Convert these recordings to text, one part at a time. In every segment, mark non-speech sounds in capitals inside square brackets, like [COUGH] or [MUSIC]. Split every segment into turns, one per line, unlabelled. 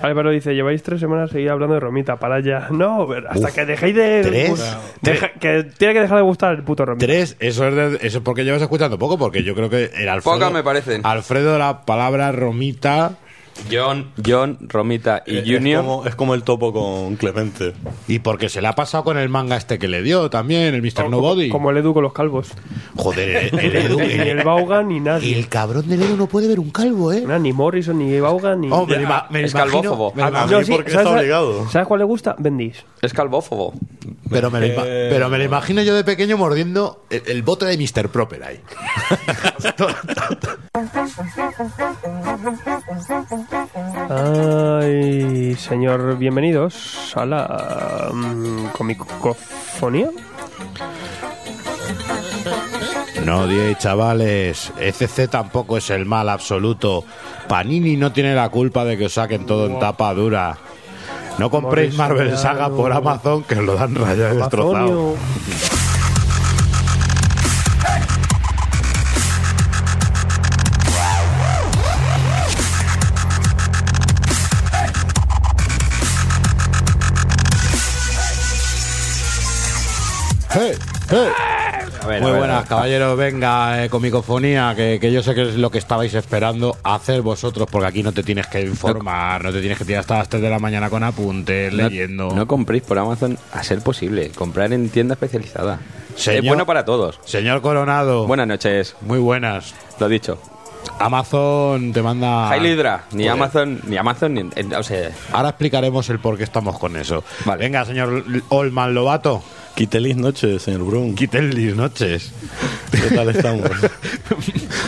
Álvaro dice, lleváis tres semanas seguido hablando de Romita, para ya. No, pero hasta
Uf,
que dejéis de...
¿tres?
Deja- que tiene que dejar de gustar el puto Romita.
Tres, eso es, de- eso es porque llevas escuchando poco, porque yo creo que el Alfredo.
Pocas me parecen.
Alfredo, la palabra romita
John, Eh, John, Romita y
Es-
Junior.
Es como, es como el topo con Clemente.
y porque se la ha pasado con el manga este que le dio también, el Mr.
Como-
Nobody.
Oh, Como el Edu con los calvos. [LAUGHS]
Joder, el, el Edu. eh.
ni el Baugan
[LAUGHS]
ni nadie.
el cabrón del Edu no puede ver un calvo, ¿eh?
Nada, ni Morrison, ni Baugan, ni...
Hombre,
Ya. Ah,
ima- me
es
imagino-
calvófobo.
me
A- a
imagino-
mí porque está obligado.
¿Sabes cuál le gusta? Bendis.
Es calvófobo.
Pero me, lo ima-
Eh.
pero me lo imagino yo de pequeño mordiendo el, el bote de Mr.
[LAUGHS]
Proper ahí.
Ay, señor, bienvenidos a la mm, comicofonía.
No diéis, chavales. ECC tampoco es el mal absoluto. Panini no tiene la culpa de que os saquen todo en tapa dura. No compréis
Morrison,
Marvel Saga
no.
por Amazon, que os lo dan rayado y destrozado.
Amazonio.
¡Hey! ¡Hey!
A ver, a
Muy
ver, a
buenas,
ver.
caballeros. Venga, eh, comicofonía, que, que yo sé que es lo que estabais esperando hacer vosotros, porque aquí no te tienes que informar, no te tienes que tirar hasta las 3 de la mañana con apuntes,
No-
leyendo.
No, compréis por Amazon a ser posible. Comprar en tienda especializada.
Señor-
Es bueno para todos.
Señor Coronado,
Buenas noches,
muy buenas.
lo dicho.
Amazon te manda.
Hail Hydra, ni
Joder.
Amazon, ni Amazon, ni. eh, O sea, [LAUGHS]
Ahora explicaremos el por qué estamos con eso.
Vale.
Venga, señor L- Olman Lobato,
Quitelis noche, señor Brun.
quiten las noches.
¿Qué tal estamos?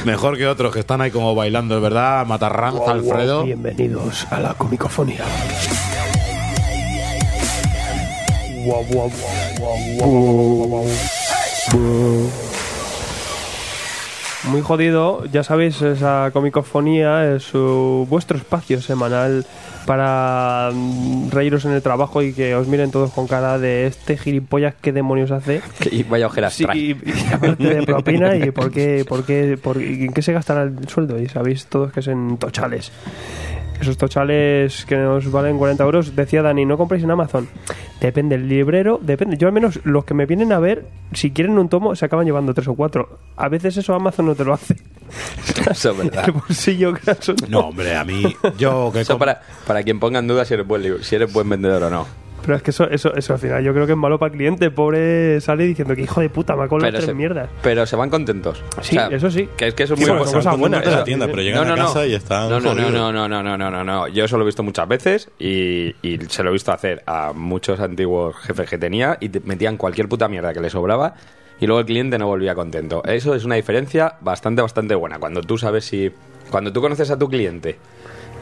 Mejor que otros que están ahí como bailando, es verdad. Matarranza, Alfredo.
Bienvenidos a la comicofonía. Muy jodido, ya sabéis, esa comicofonía es su- vuestro espacio semanal para mm, reíros en el trabajo y que os miren todos con cara de este gilipollas qué demonios hace.
que- y vaya ojeras
Sí,
trae.
y, y [LAUGHS] aparte de propina y por qué, por qué, por- y en qué se gastará el sueldo. Y sabéis todos que es en tochales. Esos tochales que nos valen 40 euros, decía Dani, no compréis en Amazon. Depende el librero, depende. Yo al menos los que me vienen a ver, si quieren un tomo, se acaban llevando tres o cuatro. A veces eso Amazon no te lo hace. [LAUGHS]
Eso es verdad. [LAUGHS]
El bolsillo graso.
No, hombre, a mí. Yo que.
Eso
com-
para, para quien ponga en duda si eres buen, libro- si eres buen vendedor o no.
Pero es que eso, eso, eso al final yo creo que es malo para el cliente. Pobre sale diciendo que hijo de puta, me ha colado tres
se,
mierdas.
pero se van contentos. O
Sí,
sea,
eso sí.
Que es que eso es
Sí,
muy
bueno,
bueno.
son cosas buenas,
de la
eso.
tienda, pero llegan a casa y están
no, no, no,
jodidos.
no, no, no, no, no, no, no. Yo eso lo he visto muchas veces y, y se lo he visto hacer a muchos antiguos jefes que tenía y te metían cualquier puta mierda que le sobraba y luego el cliente no volvía contento. Eso es una diferencia bastante, bastante buena. Cuando tú sabes si... Cuando tú conoces a tu cliente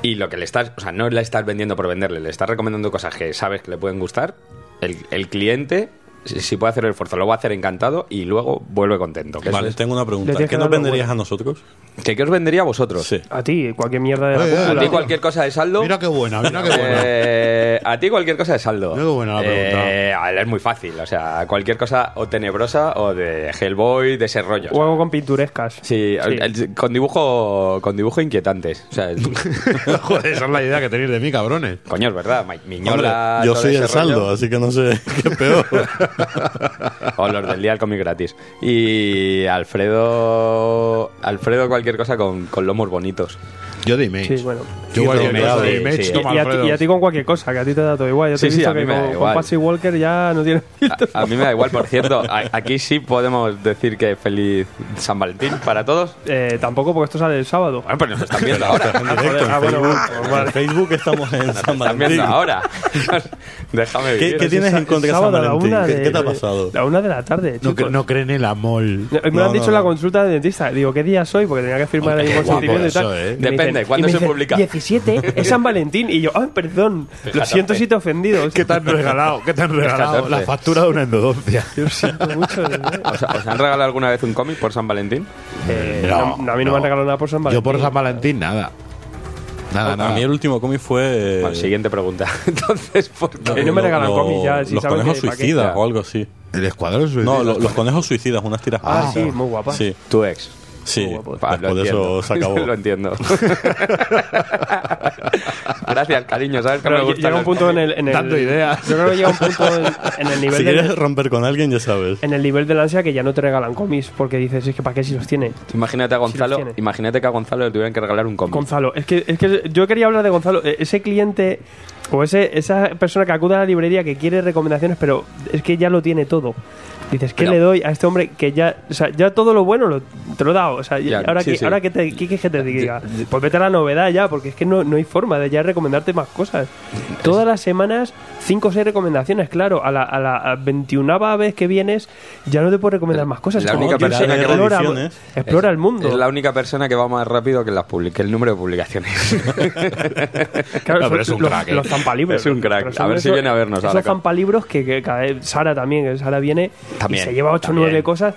y lo que le estás... O sea, no le estás vendiendo por venderle, le estás recomendando cosas que sabes que le pueden gustar, el, el cliente... Si si puede hacer el esfuerzo, lo va a hacer encantado y luego vuelve contento. que eso
Vale,
es-
tengo una
Le
pregunta.
tienes que
¿Qué nos
dar la
venderías
vuelta.
a nosotros?
¿Que ¿Qué os vendería a vosotros?
Sí.
A ti, cualquier mierda de la
Eh, eh,
cúpula.
A ti cualquier cosa de saldo.
Mira qué buena, mira qué buena.
Eh, a ti cualquier cosa de saldo.
Mira qué buena la pregunta.
Eh, a ver, es muy fácil, o sea, cualquier cosa o tenebrosa o de Hellboy, de ese rollo. o sea.
O algo con pinturescas.
Sí, el- con dibujo con dibujo inquietantes.
[LAUGHS]
O sea, el-
[LAUGHS] Joder, esa es la idea que tenéis de mí, cabrones.
coño, es verdad, Ma- Miñola.
Hombre, yo
todo
soy
ese
el saldo,
rollo.
así que
[LAUGHS]
no sé qué es peor.
O los del día del cómic gratis. Y Alfredo. Alfredo, cualquier cosa con, con lomos bonitos.
Yo de Image.
Sí, bueno.
Yo
Sí,
igual
de
de
Image,
Image, de
sí,
Image,
sí.
toma,
y, a ti,
Alfredo.
y a ti con cualquier cosa, que a ti te da todo igual. Yo te
Sí,
he
sí,
visto
a mí
que
me da
con,
igual. Ah.
con Patsy Walker ya no
[LAUGHS]
tiene.
A, a mí me da igual, por cierto. a- aquí sí podemos decir que feliz San Valentín para todos.
Eh, tampoco porque esto sale el sábado.
Bueno, pues nos están viendo ahora.
En directo,
Ah,
en
bueno,
Facebook.
bueno,
En Facebook estamos en San
Están
Valentín.
viendo ahora. Déjame
¿Qué-
vivir.
qué tienes
Sa-
en contra de San
sábado a la
Valentín?
una
¿Qué-
de-
qué te ha pasado?
A una de la tarde.
No, cre-
chicos.
no creen en la mol.
Me lo
No,
han dicho
no,
en la
no.
consulta del dentista. Digo, ¿qué día soy? Porque tenía que firmar
Hombre,
el
qué guapo
consentimiento y tal.
eso, ¿eh?
Y me
Depende,
dicen- y
¿cuándo
me
se
dicen,
publica?
17, es San Valentín. Y yo, ay, perdón, lo siento si te he ofendido.
¿Qué te han regalado? ¿Qué te han regalado?
14.
La factura de una endodoncia.
Lo siento mucho. de verdad.
¿Os, os han regalado alguna vez un cómic por San Valentín?
Eh,
No,
no, no, a mí no, me han
no.
regalado nada por San Valentín.
[LAUGHS] Yo por San Valentín, nada. Nada,
A
nada.
mí el último cómic fue... eh,
Bueno, siguiente pregunta. [LAUGHS] Entonces, ¿por
A
qué?
mí no me regalan cómics ya, si
los
saben
conejos
que- pa' qué.
suicidas o algo así.
El escuadrón
No,
suicida.
lo- los conejos suicidas, unas tiras.
Ah,
cortas.
sí, muy guapa.
Sí.
Tu ex.
Sí,
Muy guapo.
Pa,
después de Pues eso se
[LAUGHS]
acabó.
lo entiendo. Gracias, cariño. ¿Sabes que me
Pero
gusta?
llega un punto en el, en el-
Dando ideas.
Yo creo que llega un punto en, en el nivel
[LAUGHS] Si
del-
quieres romper con alguien, ya sabes.
en el nivel de la ansia que ya no te regalan cómics porque dices, es que para qué si los tiene.
Imagínate a Gonzalo,
tiene.
imagínate que a Gonzalo le tuvieran que regalar un cómic.
Gonzalo, es que, es que yo quería hablar de Gonzalo, E- ese cliente o ese, esa persona que acude a la librería que quiere recomendaciones, pero es que ya lo tiene todo. Dices, ¿qué
Pero-
le doy a este hombre que ya, o sea, ya todo lo bueno lo, te lo he dado? O sea,
Ya,
y ahora,
sí,
que,
sí.
ahora que te, ¿qué quieres que te diga? Pues vete a la novedad ya, porque es que no, no hay forma de ya recomendarte más cosas. Todas las semanas, cinco o seis recomendaciones, claro. A la, a la a 21 vez que vienes, ya no te puedo recomendar más cosas.
La
Como
única
que
persona que va-
explora,
ediciones.
explora
Es-
el mundo.
Es la única persona que va más rápido que, las public- que el número de
[LAUGHS]
publicaciones.
Claro,
No, pero
son
es un
los,
crack, ¿eh?
los zampalibros.
Es un crack.
Pero son
A ver si viene a vernos
Esos
ahora acá.
zampalibros que, que cada vez- Sara también, que Sara viene
También,
y se lleva 8 o
también.
9 cosas.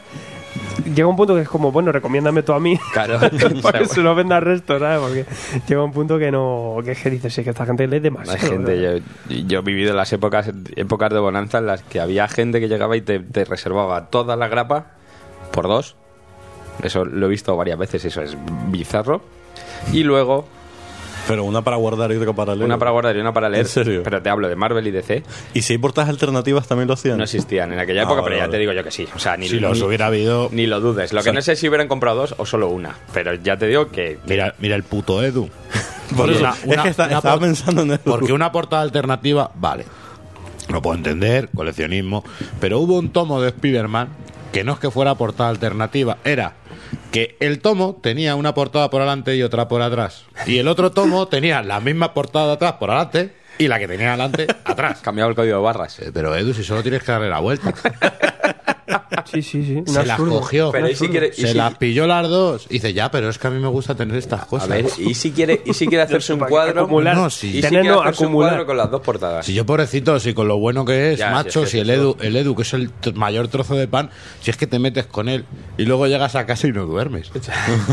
Llega un punto que es como, bueno, recomiéndame tú a
[LAUGHS]
mí. [LAUGHS]
[LAUGHS]
Claro.
para que se lo venda al resto, ¿sabes? Porque llega un punto que no. que es que dices, sí, que esta gente lee demasiado.
Hay gente,
¿verdad?
yo, yo he vivido las épocas, épocas de bonanza en las que había gente que llegaba y te, te reservaba toda la grapa por dos. Eso lo he visto varias veces, eso es bizarro. Y luego,
Pero una para guardar y otra para leer.
una para guardar y una para leer.
¿En serio?
Pero te hablo de Marvel y DC.
Y si hay portadas alternativas, también lo hacían.
No
[LAUGHS]
existían en aquella
Ah,
época,
vale,
pero ya
vale.
te digo yo que sí. O sea, ni,
Si los
ni-
hubiera habido.
ni lo dudes. Lo que
sea-
no sé si hubieran comprado dos o solo una. Pero ya te digo que.
Mira, mira el puto Edu.
Por eso,
Una-
es
una-
que está-
una
estaba
por-
pensando en eso.
Porque una portada alternativa, vale. Lo puedo entender, coleccionismo. Pero hubo un tomo de Spider-Man que no es que fuera portada alternativa, era que el tomo tenía una portada por adelante y otra por atrás. Y el otro tomo tenía la misma portada de atrás por adelante y la que tenía adelante [LAUGHS] atrás.
Cambiado el código de barras.
Eh, Pero Edu, si solo tienes que darle la vuelta.
Sí, sí, sí. un
Se las
absurdo.
cogió.
Pero ¿y si quiere- y
se
si-
las pilló las dos. Y dice, ya, pero es que a mí me gusta tener estas
A
cosas.
ver, y si quiere,
[LAUGHS]
y si quiere hacerse un cuadro.
acumular.
No, sí.
Y si
Tener,
quiere
no,
hacerse un
acumular.
cuadro con las dos portadas.
Si yo pobrecito, si con lo bueno que es,
Ya, si
macho,
es que
si el
es
Edu, el Edu, que es el t- mayor trozo de pan, si es que te metes con él y luego llegas a casa y no
[LAUGHS]
duermes.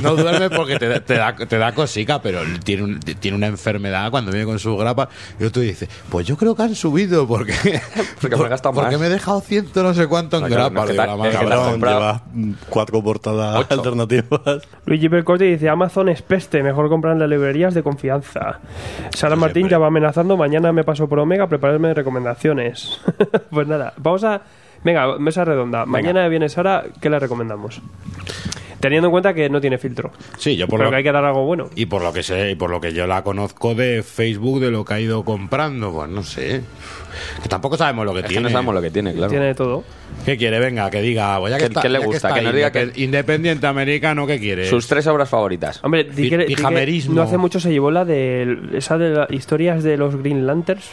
No duermes porque te, da- te da, te da cosica, pero él tiene, un- tiene una enfermedad cuando viene con sus grapas. Y tú dices, pues yo creo que han subido porque,
[LAUGHS] Porque me he gastado
porque
más.
me he dejado ciento no sé cuánto en
No, claro, no
grapas.
es que
Digo,
tal-
la
es
madre,
que tal-
cabrón.
Cabrón,
comprado-
llevas mm, cuatro portadas
Ocho.
alternativas.
Luigi Belcorte dice: Amazon es peste, mejor comprar en las librerías de confianza. Sara
Siempre.
Martín ya va amenazando: mañana me paso por Omega a prepararme recomendaciones. [LAUGHS] pues nada, vamos a. Venga, mesa redonda. Mañana viene Sara, ¿qué le recomendamos? Teniendo en cuenta que no tiene filtro,
Sí, yo por
pero
lo
que hay que dar algo bueno.
Y por lo que sé, y por lo que yo la conozco de Facebook, de lo que ha ido comprando, pues no sé. Que tampoco sabemos lo que
Es que
tiene.
no sabemos lo que tiene, claro.
Tiene de todo.
¿Qué quiere? Venga, que diga. Voy a que
¿Qué-
está-
qué le
ya que
gusta?
está
Que
ahí,
nos diga que-
independ- Independiente americano, ¿qué quiere?
Sus tres obras favoritas.
Hombre, di
Pi-
que- di que
pijamerismo.
no hace mucho se llevó la de esa de las historias de los Green Lanterns.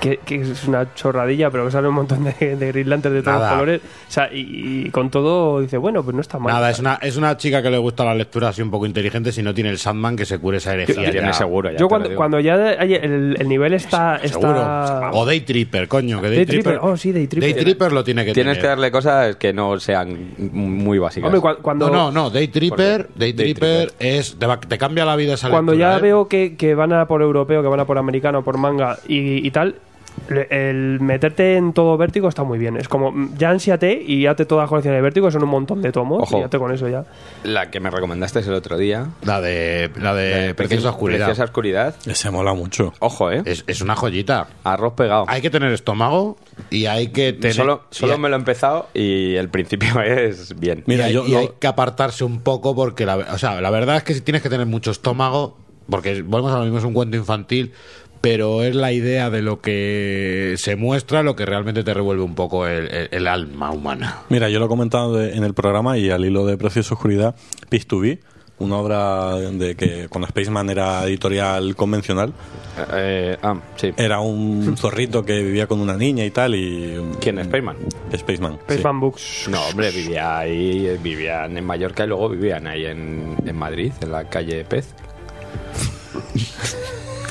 Que, que es una chorradilla, pero que sale un montón de, de Green Lanterns de todos
Nada.
los colores. O sea, y, y con todo dice, bueno, pues no está mal.
Nada, es una, es una chica que le gusta la lectura así un poco inteligente. Si no tiene el Sandman, que se cure esa herejía.
Tiene
ya.
seguro, ya te
Yo
lo
cuando,
digo.
cuando ya hay- el, el nivel está...
Seguro.
está...
O Day Tripper, coño. Que Day,
Day Tripper, oh, sí, Day Tripper.
lo tiene que
Tienes que
tener.
darle cosas que no sean muy básicas.
Hombre, cua- cuando,
No, no, no. Day Tripper, Day
Day
Tripper es. Te, va- te cambia la vida esa
cuando
lectura,
ya
¿eh?
veo que, que van a por europeo, que van a por americano, por manga y, y tal... le- El meterte en todo vértigo está muy bien. Es como, mm, ya ansiate y hazte todas las colecciones de vértigo, son un montón de tomos.
Ojo.
Y hazte con eso ya.
La que me recomendaste el otro día. eh,
La de, la de Eh, Preciosa Oscuridad.
Preciosa Oscuridad.
Ese mola mucho.
Ojo, ¿eh?
Es, es una joyita.
Arroz pegado.
Hay que tener estómago y hay que tener.
solo
y
solo
hay-
me lo he empezado y el principio [LAUGHS] es bien.
Mira,
y hay,
yo
y
lo-
hay que apartarse un poco porque la, o sea, la verdad es que si tienes que tener mucho estómago, porque volvemos a lo mismo, es un cuento infantil, pero es la idea de lo que se muestra lo que realmente te revuelve un poco el, el- el alma humana.
Mira, yo lo he comentado de- en el programa y al hilo de Preciosa Oscuridad, Peace to Be, una obra de que con Spaceman era editorial convencional,
Eh, ah, sí.
era un zorrito que vivía con una niña y tal y...
¿Quién es Payman?
Spaceman. sí.
Space Fan Books.
No, hombre, vivía ahí, eh, vivían en Mallorca y luego vivían ahí en, en Madrid, en la calle Pez.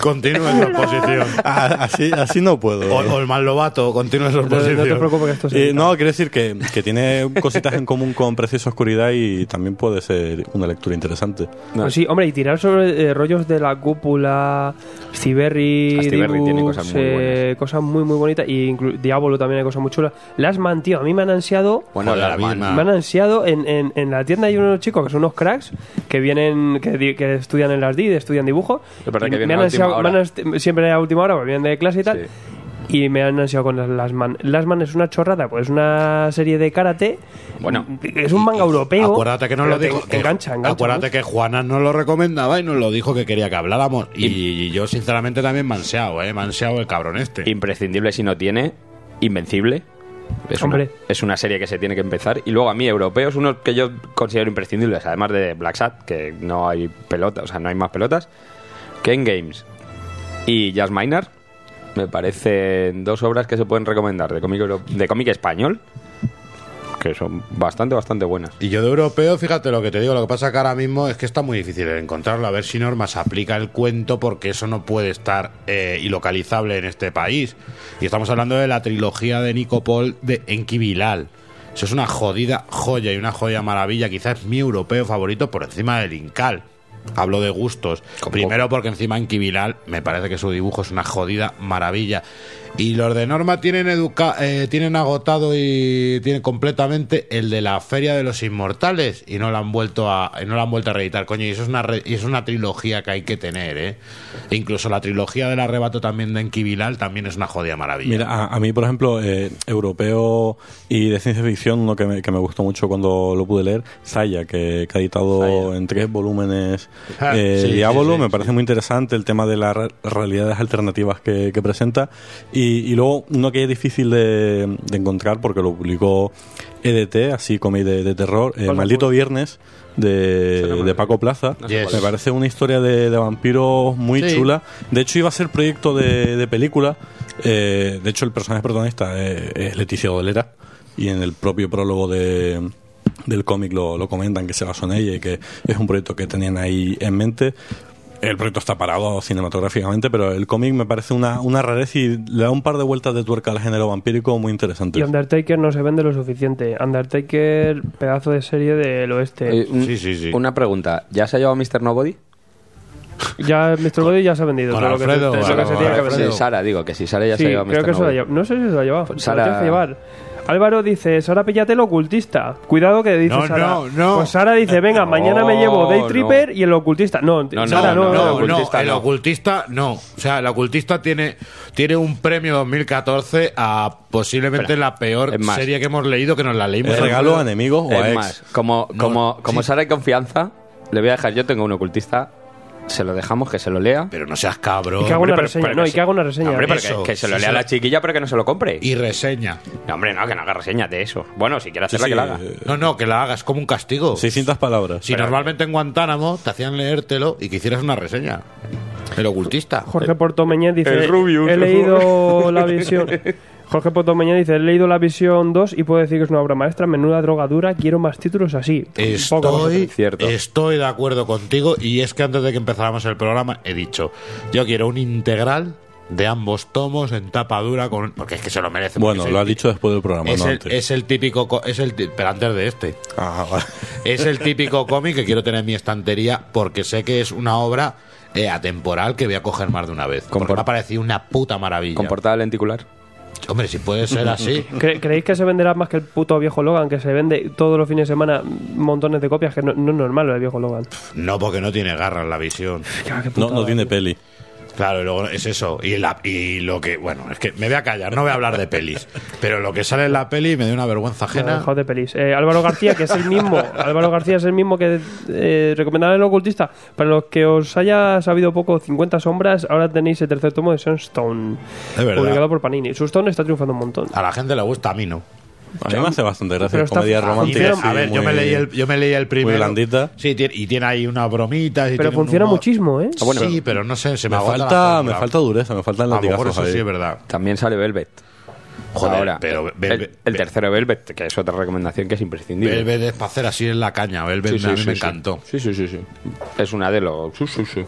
Continúe en su exposición.
Ah, Así, así no puedo.
O, o el mal lobato, continúe en su
Pues
No,
exposición.
no te preocupes que esto se
Eh, no, quiero decir que, que tiene cositas en común con Preciosa Oscuridad y también puede ser una lectura interesante.
No.
Pues sí, hombre, y tirar sobre eh, rollos de la cúpula, Stiberry,
Astiberri
Dibux,
tiene cosas muy
eh, cosas muy, muy bonitas, y inclu- Diablo también hay cosas muy chulas. Las Man, tío, a mí me han ansiado...
Bueno,
Joder,
la
Batman.
hermana.
Me han ansiado, en, en, en la tienda hay unos chicos que son unos cracks que vienen, que, di- que estudian en las DID, estudian dibujo.
Es verdad
y
que
me
vienen
han
a última
ansiado, me han
hora.
ansi- siempre a última hora, porque vienen de clase y tal. Y me han ansiado con las Last Man. Last Man es una chorrada, pues es una serie de karate.
Bueno,
es un manga europeo.
Acuérdate que no
pero
lo
te-
dijo.
te engancha, engancha
acuérdate
mucho.
que Juana nos lo recomendaba y nos lo dijo que quería que habláramos. Y, yo, sinceramente, también manseado, ¿eh? Manseado el cabrón este.
Imprescindible si no tiene. Invencible. Es una,
Hombre.
es una serie que se tiene que empezar. Y luego a mí, europeos, unos que yo considero imprescindibles, además de Black Sat, que no hay pelotas, o sea, no hay más pelotas. Ken Games y Jazz Minor. Me parecen dos obras que se pueden recomendar de cómic, euro- de cómic español, que son bastante, bastante buenas.
Y yo de europeo, fíjate lo que te digo, lo que pasa que ahora mismo es que está muy difícil de encontrarlo, a ver si Normas aplica el cuento porque eso no puede estar eh, ilocalizable en este país. Y estamos hablando de la trilogía de Nicopol de Enki Bilal. Eso es una jodida joya y una joya maravilla, quizás es mi europeo favorito por encima del Incal. Hablo de gustos.
Como-
Primero porque encima en Kibilal me parece que su dibujo es una jodida maravilla. Y los de Norma tienen, educa eh, tienen agotado y tienen completamente el de la Feria de los Inmortales y no la han vuelto a y no la han vuelto a reeditar, coño, y eso es una re- y es una trilogía que hay que tener, ¿eh? E incluso la trilogía del arrebato también de Enkibilal también es una jodida maravilla.
Mira, a, a mí, por ejemplo, eh, europeo y de ciencia ficción, uno que me, que me gustó mucho cuando lo pude leer, Saya, que, que ha editado
Saya.
en tres volúmenes
Ah,
eh,
sí, sí,
Diabolo.
sí,
me
sí.
parece muy interesante el tema de las ra- realidades alternativas que, que presenta. Y, y luego, uno que es difícil de, de encontrar porque lo publicó EDT, así como de, de terror, eh,
Hola,
Maldito Viernes, de,
Suena mal.
de Paco Plaza.
No
sé cuál
Me
es.
parece una historia de, de vampiros muy
Sí.
chula. De hecho, iba a ser proyecto de, de película. Eh, de hecho, el personaje protagonista eh, es Leticia Dolera. Y en el propio prólogo de, del cómic lo, lo comentan que se basó en ella y que es un proyecto que tenían ahí en mente. El proyecto está parado cinematográficamente, pero el cómic me parece una, una rareza y le da un par de vueltas de tuerca al género vampírico muy interesante.
Y Undertaker no se vende lo suficiente. Undertaker, pedazo de serie del oeste.
Eh, un-
sí, sí, sí.
Una pregunta, ¿ya se ha llevado Mr. Nobody?
ya Mr. Body ya se ha vendido.
con
todo lo que se-
Alfredo,
todo lo que se
con
tenía que
Alfredo.
vender.
Sí, Sara, digo que si Sara ya
Sí,
se ha llevado Mr.
creo que se lo ha
Nobody.
llevado. No sé si se lo ha llevado.
Pues
se lo
Sara-
tienes que llevar. Álvaro dice, Sara, píllatelo ocultista. Cuidado que dice
No,
Sara.
no, no.
Pues Sara dice, venga,
No,
mañana me llevo Day
no.
Tripper y el ocultista. No,
No, no,
Sara, no. no.
no,
no,
el ocultista
el
no.
ocultista no. O sea, el ocultista tiene, tiene un premio 2014 a posiblemente la peor
es más.
serie que hemos leído, que nos la leímos.
¿Es regalo a enemigos o a
Es
ex?
más, como,
No,
como, como
sí.
Sara hay confianza, le voy a dejar, yo tengo un ocultista, se lo dejamos, que se lo lea.
Pero no seas cabrón.
Y que haga
Hombre,
una
pero-
reseña.
pero
No,
que
y
sí.
que haga una reseña.
No, hombre, pero
Eso,
que, que se lo
sí,
lea a
sí.
la chiquilla, pero que no se lo compre.
Y reseña.
No, hombre, no, que no haga reseña de eso. Bueno, si quiere
Sí,
hacerla,
sí,
que la haga.
eh,
No, no, que la hagas como un castigo.
600 palabras.
Si normalmente en Guantánamo te hacían leértelo y que hicieras una reseña. El ocultista.
Jorge Portomeñez dice,
el Rubius.
he
[LAUGHS]
leído la visión... Jorge Portomeñez dice, he leído la visión 2 y puedo decir que es una obra maestra, menuda droga dura, quiero más títulos así. Un poco más.
Estoy,
cierto.
estoy de acuerdo contigo y es que antes de que empezáramos el programa he dicho, yo quiero un integral de ambos tomos en tapa dura con porque es que se lo merece. porque
Bueno,
es
lo ha
el-
dicho después del programa,
es
no
el,
antes.
es el típico co- es el ti- pero antes de este
Ah, vale.
es el típico cómic que quiero tener en mi estantería porque sé que es una obra eh, atemporal que voy a coger más de una vez porque
Compor-
me ha parecido una puta maravilla
Con portada lenticular.
hombre si puede ser así
¿Cre- ¿Creéis que se venderá más que el puto viejo Logan, que se vende todos los fines de semana montones de copias? Que no, no es normal lo del viejo Logan.
no porque no tiene garras la visión
Ya, qué
No,
putada,
no tiene
tío.
peli.
Claro, y luego es eso. Y, la, y lo que. Bueno, es que me voy a callar, no voy a hablar de pelis. Pero lo que sale en la peli me da una vergüenza
Bueno,
ajena.
dejaos de pelis. Eh, Álvaro García, que es el mismo. Álvaro García es el mismo que eh, recomendaba el ocultista. Para los que os haya sabido poco 50 sombras, ahora tenéis el tercer tomo de Sunstone.
Es verdad. Ah,
Publicado por Panini. Sunstone está triunfando un montón.
A la gente le gusta, a mí no.
A mí me hace bastante gracia.
Pero está-
Comedia romántica.
hicieron-
así,
a ver, yo, me
muy-
leí el, yo me leí el primero.
blandita.
Sí, tiene- y tiene ahí unas bromitas. y
Pero
tiene un
funciona
humor.
muchísimo, ¿eh?
Ah, bueno,
sí, pero no sé, se me,
Me
agota la
falta, me
fórmula.
falta dureza, me faltan
A lo mejor
latigazos
eso sí
ahí.
es verdad.
También sale Velvet.
Joder,
Ahora,
pero
el,
Velvet-
el tercero Velvet, que es otra recomendación que es imprescindible.
Velvet es para hacer así en la caña. Velvet
Sí,
me-
sí,
a mí
sí,
me
sí.
encantó.
Sí, sí, sí, sí. Es una de los... Sí, sí, sí.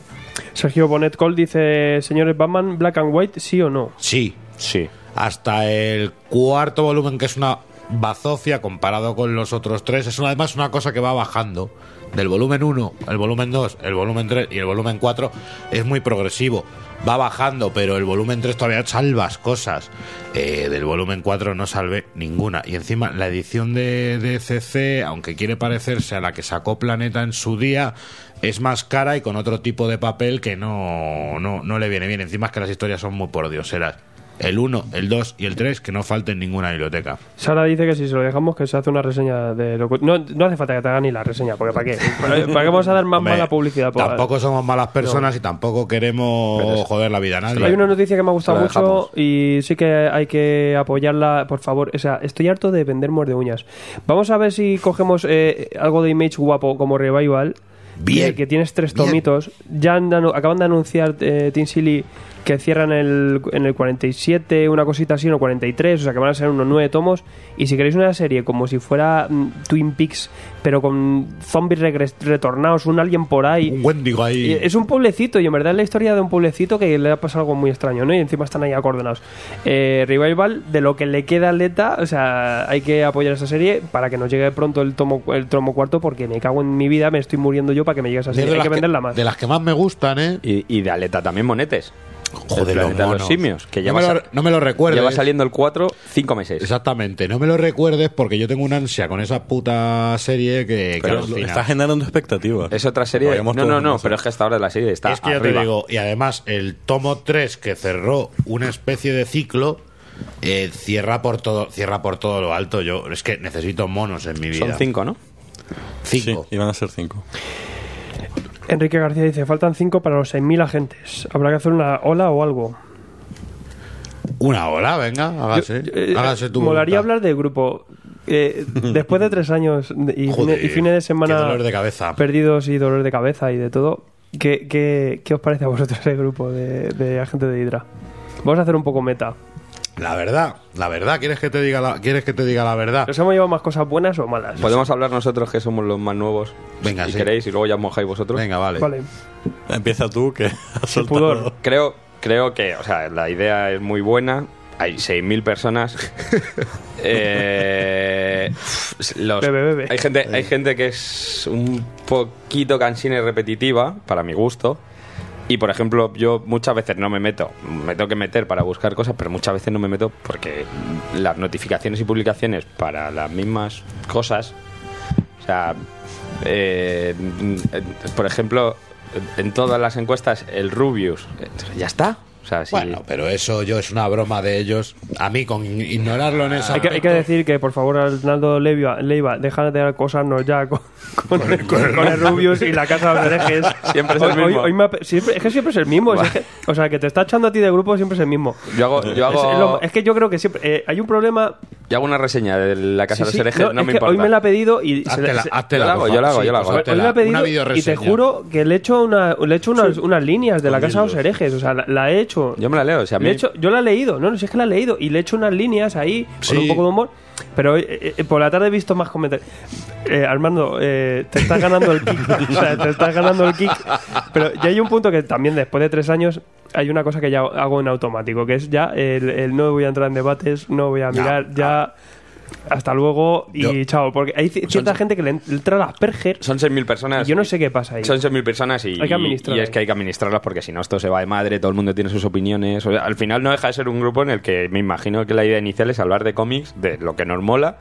Sergio Bonet Cole dice, señores Batman, Black and White, sí o no.
Sí,
Sí.
hasta el cuarto volumen, que es una bazofia comparado con los otros tres. Es una- además una cosa que va bajando. Del volumen 1, el volumen 2, el volumen 3 y el volumen 4 es muy progresivo. Va bajando, pero el volumen 3 todavía salvas cosas. Eh, del volumen 4 no salvé ninguna. Y encima la edición de, de CC, aunque quiere parecerse a la que sacó Planeta en su día, es más cara y con otro tipo de papel que no, no, no le viene bien. Encima es que las historias son muy pordioseras el 1, el 2 y el 3 que no falten ninguna biblioteca.
Sara dice que si se lo dejamos que se hace una reseña de lo que- No, no hace falta que te haga ni la reseña, porque
[LAUGHS]
¿para qué? ¿Para, para qué vamos a dar más
Hombre,
mala publicidad? Pues, Por-
Tampoco somos malas personas y tampoco
pues. Pero
queremos
es-
joder la vida a nadie.
Hay una noticia que me ha gustado
Se la
mucho
dejamos.
y sí que hay que apoyarla, por favor. O sea, estoy harto de vender muerde uñas. Vamos a ver si cogemos eh, algo de Image guapo como Revival. eh,
Bien,
Que, que tienes tres
bien.
tomitos. Ya han dano- acaban de anunciar eh, Tin Silly que cierran el, en el 47, una cosita así, en el 43, o sea que van a ser unos nueve tomos. Y si queréis una serie como si fuera mm, Twin Peaks, pero con zombies regres- retornados, un alien por ahí.
Un Wendigo
Y
ahí.
Es un pueblecito, y en verdad es la historia de un pueblecito que le ha pasado algo muy extraño, ¿no? Y encima están ahí acordonados. Eh, Revival, de lo que le queda a Leta, o sea, hay que apoyar esta serie para que nos llegue pronto el tomo el tromo cuarto, porque me cago en mi vida, me estoy muriendo yo para que me llegue esa
de,
serie. Hay
las
que venderla más.
de las que más me gustan, ¿eh?
Y, y de Aleta también monetes.
Joder, los,
El planeta de los
monos.
simios, que ya
no,
va
me lo,
sa-
no me lo recuerdes.
Lleva saliendo el 4 cinco meses.
Exactamente, no me lo recuerdes porque yo tengo una ansia con esa puta serie que, que
Pero
alucina.
está generando expectativas.
Es otra serie.
Vayamos
No,
todos
no, no,
juntos.
pero es que hasta ahora la serie está
es que ya te
arriba.
digo, y además el tomo 3 que cerró una especie de ciclo eh, cierra por todo cierra por todo lo alto. Yo es que necesito monos en mi vida.
Son cinco, ¿no?
Cinco.
Sí, iban a ser cinco.
Enrique García dice: faltan 5 para los 6.000 agentes. Habrá que hacer una ola o algo.
Una ola, venga, hágase.
Eh,
hágase tu
molaría
voluntad.
hablar del grupo.
[LAUGHS]
Eh, después de tres años de- y,
Joder,
fine- y fines de semana
qué dolor de cabeza.
perdidos y dolor de cabeza y de todo, ¿qué, qué, qué os parece a vosotros el grupo de, de agente de Hydra? Vamos a hacer un poco meta.
La verdad, la verdad, quieres que te diga la quieres que te diga la verdad.
¿Nos hemos llevado más cosas buenas o malas?
Podemos hablar nosotros que somos los más nuevos.
Venga,
si
sí.
queréis, y luego ya os mojáis vosotros.
Venga, vale.
Vale.
Empieza tú, que [LAUGHS] has
pudor.
soltado.
[LAUGHS] Creo, creo que, o sea, la idea es muy buena. Hay
[LAUGHS]
6.000 personas. Eh, los-
Bebe, bebe.
Hay, gente, hay gente que es un poquito cansina y repetitiva, para mi gusto. Y, por ejemplo, yo muchas veces no me meto. Me tengo que meter para buscar cosas, pero muchas veces no me meto porque las notificaciones y publicaciones para las mismas cosas o sea, eh, eh, por ejemplo, en todas las encuestas, el Rubius, eh, ya está. O sea, si-
Bueno, pero eso yo es una broma de ellos. A mí con ignorarlo en esa
Hay que, hay que decir que, por favor, Arnaldo Leiva, Leiva deja de acosarnos ya con, con, el, con el Rubius y la casa de los herejes.
Siempre es el
Hoy- hoy-
mismo.
hoy me ha pe- siempre- es que siempre es el mismo. es que- o sea, que te está echando a ti de grupo siempre es el mismo.
yo hago, yo
Es, es
hago,
lo- es que yo creo que siempre eh, hay un problema.
yo hago una reseña de la Casa
Sí,
de
sí,
los herejes, no,
es
me
que
importa.
Hoy me la ha pedido y se-
Háztela,
se-
háztela,
yo la hago,
por
yo la
favor.
hago, yo la
pues
hago.
hoy
háztela.
me la ha pedido
Una video
y te juro que le he hecho, una, le he hecho unas, unas líneas de la casa de los herejes. O sea, la, la he hecho.
Yo me la leo, o sea, a
Le he
mí-
hecho- yo la he leído, no, no, si es que la he leído y le he hecho unas líneas ahí
Sí.
con un poco de humor. Pero eh, eh, por la tarde he visto más comentarios. Eh, Armando, eh, te estás ganando el kick. [LAUGHS] o sea, te estás ganando el kick. Pero ya hay un punto que también después de tres años hay una cosa que ya hago en automático, que es ya el, el no voy a entrar en debates, no voy a
Ya,
mirar, ya hasta luego y
Yo-
chao. Porque hay ci- cierta gente que le entra las perger
Son 6.000 personas.
y yo no sé qué pasa ahí.
Son 6.000 personas y,
Hay que administrar
y
ahí.
es que hay que administrarlas porque si no esto se va de madre, todo el mundo tiene sus opiniones. O sea, al final no deja de ser un grupo en el que me imagino que la idea inicial es hablar de cómics, de lo que nos mola.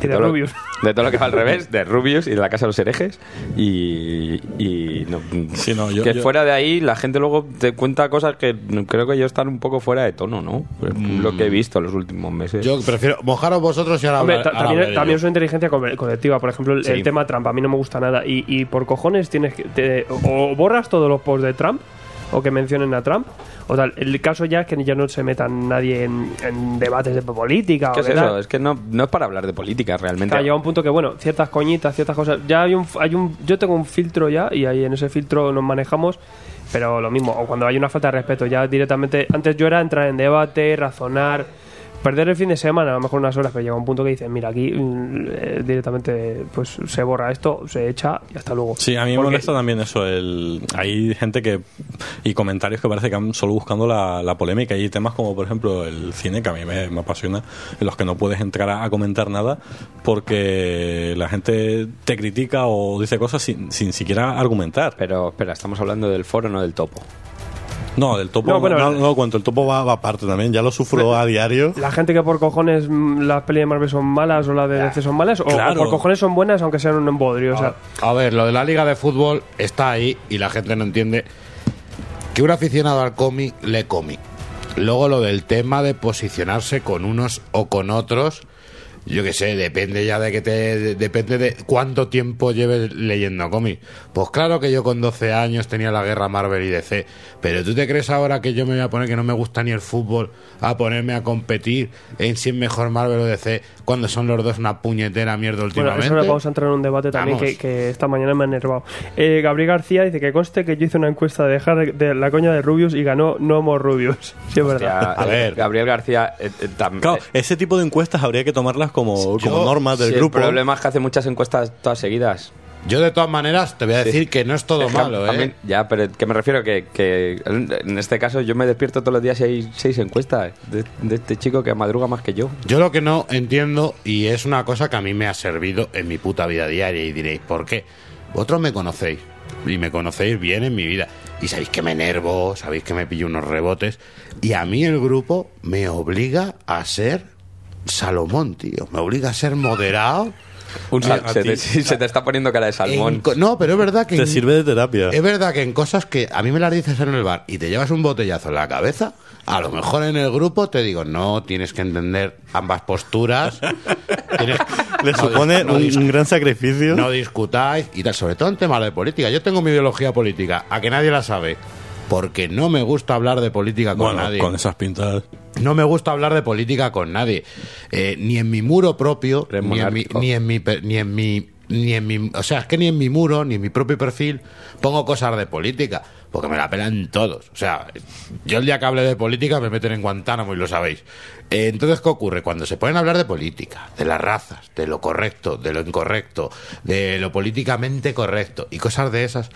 Y de
todo lo-
Rubius.
de todo lo que va al revés, de Rubius y de la Casa de los Herejes. Y. y no-
Sí, no, yo-
que
yo-
fuera de ahí la gente luego te cuenta cosas que creo que yo están un poco fuera de tono, ¿no? Pues,
Mm.
Lo que he visto en los últimos meses.
Yo prefiero mojaros vosotros y ahora
Hombre,
hablar-
ta-
ahora
también,
hablaré
también
yo.
es una inteligencia co- colectiva. Por ejemplo, el,
Sí.
el tema Trump a mí no me gusta nada. Y, y por cojones tienes que. te- o borras todos los posts de Trump o que mencionen a Trump. O tal. El caso ya es que ya no se metan nadie en, en debates de política.
¿Qué
o
es
de
eso?
tal.
Es que no, no es para hablar de política realmente.
Claro, llega un punto que, bueno, ciertas coñitas, ciertas cosas. Ya hay un, hay un. Yo tengo un filtro ya y ahí en ese filtro nos manejamos. Pero lo mismo, o cuando hay una falta de respeto, ya directamente. Antes yo era entrar en debate, razonar. Perder el fin de semana, a lo mejor unas horas, pero llega un punto que dices, mira, aquí mm, eh, directamente pues se borra esto, se echa y hasta luego.
Sí, a mí me
Porque-
molesta también eso. El, hay gente que. y comentarios que parece que han solo buscando la, la polémica. Hay temas como, por ejemplo, el cine, que a mí me, me apasiona, en los que no puedes entrar a, a comentar nada porque la gente te critica o dice cosas sin, sin siquiera argumentar.
Pero espera, estamos hablando del foro, no del topo.
No, del topo.
No,
No,
bueno, eh.
no,
el-
no,
No, cuanto el topo va, va aparte también, ya lo sufro a diario.
La gente que por cojones mm, las pelis de Marvel son malas o las de DC son malas, o,
Claro.
o por cojones son buenas aunque sean un embodrio. O sea,
A ver, lo de la liga de fútbol está ahí y la gente no entiende que un aficionado al cómic le cómic. Luego lo del tema de posicionarse con unos o con otros, yo qué sé, depende ya de que te de- depende de cuánto tiempo lleves leyendo cómic. Pues claro que yo con 12 años tenía la guerra Marvel y DC, pero tú te crees ahora que yo me voy a poner que no me gusta ni el fútbol a ponerme a competir en si es mejor Marvel o DC cuando son los dos una puñetera mierda
Bueno,
últimamente.
eso ahora vamos a entrar en un debate también
Vamos.
que, que esta mañana me ha enervado. Eh, Gabriel García dice que conste que yo hice una encuesta de dejar de la coña de Rubius y ganó No More Rubius. [LAUGHS] Sí, es
Hostia,
verdad.
A
eh,
ver.
Gabriel García eh, eh, tam-
claro,
eh,
ese tipo de encuestas habría que tomarlas como,
Yo-
como normas del
si
grupo.
El problema es que hace muchas encuestas todas seguidas.
Yo de todas maneras te voy a decir que no es todo
Es que
malo,
también-
¿eh?
Ya, pero que me refiero que, que en este caso yo me despierto todos los días y hay seis encuestas de, de este chico que madruga más que yo.
Yo lo que no entiendo, y es una cosa que a mí me ha servido en mi puta vida diaria, y diréis, ¿por qué? Vosotros me conocéis, y me conocéis bien en mi vida, y sabéis que me enervo, sabéis que me pillo unos rebotes, y a mí el grupo me obliga a ser Salomón, tío, me obliga a ser moderado.
Un- a
se, te,
ti-
[LAUGHS] se te está poniendo cara de
En
salmón.
co- no, pero es verdad que
te
en-
sirve de terapia.
Es verdad que en cosas que a mí me las dices en el bar y te llevas un botellazo en la cabeza, a lo mejor en el grupo te digo, no, tienes que entender ambas
[LAUGHS]
posturas. Tienes-
Le
no
supone
dis- no
un,
dis-
un gran sacrificio.
no discutáis y tal, sobre todo en temas de política. Yo tengo mi ideología política, a que nadie la sabe, porque no me gusta hablar de política con
bueno,
nadie.
con esas pintas.
No me gusta hablar de política con nadie. Eh, ni en mi muro propio,
Eres
ni en mi,
monárquico.
ni en mi per- ni en mi ni en mi- o sea, es que ni en mi muro, ni en mi propio perfil pongo cosas de política, porque me la pelan todos. O sea, yo el día que hable de política me meten en Guantánamo y lo sabéis. Eh, entonces, ¿qué ocurre? Cuando se pueden hablar de política, de las razas, de lo correcto, de lo incorrecto, de lo políticamente correcto y cosas de esas,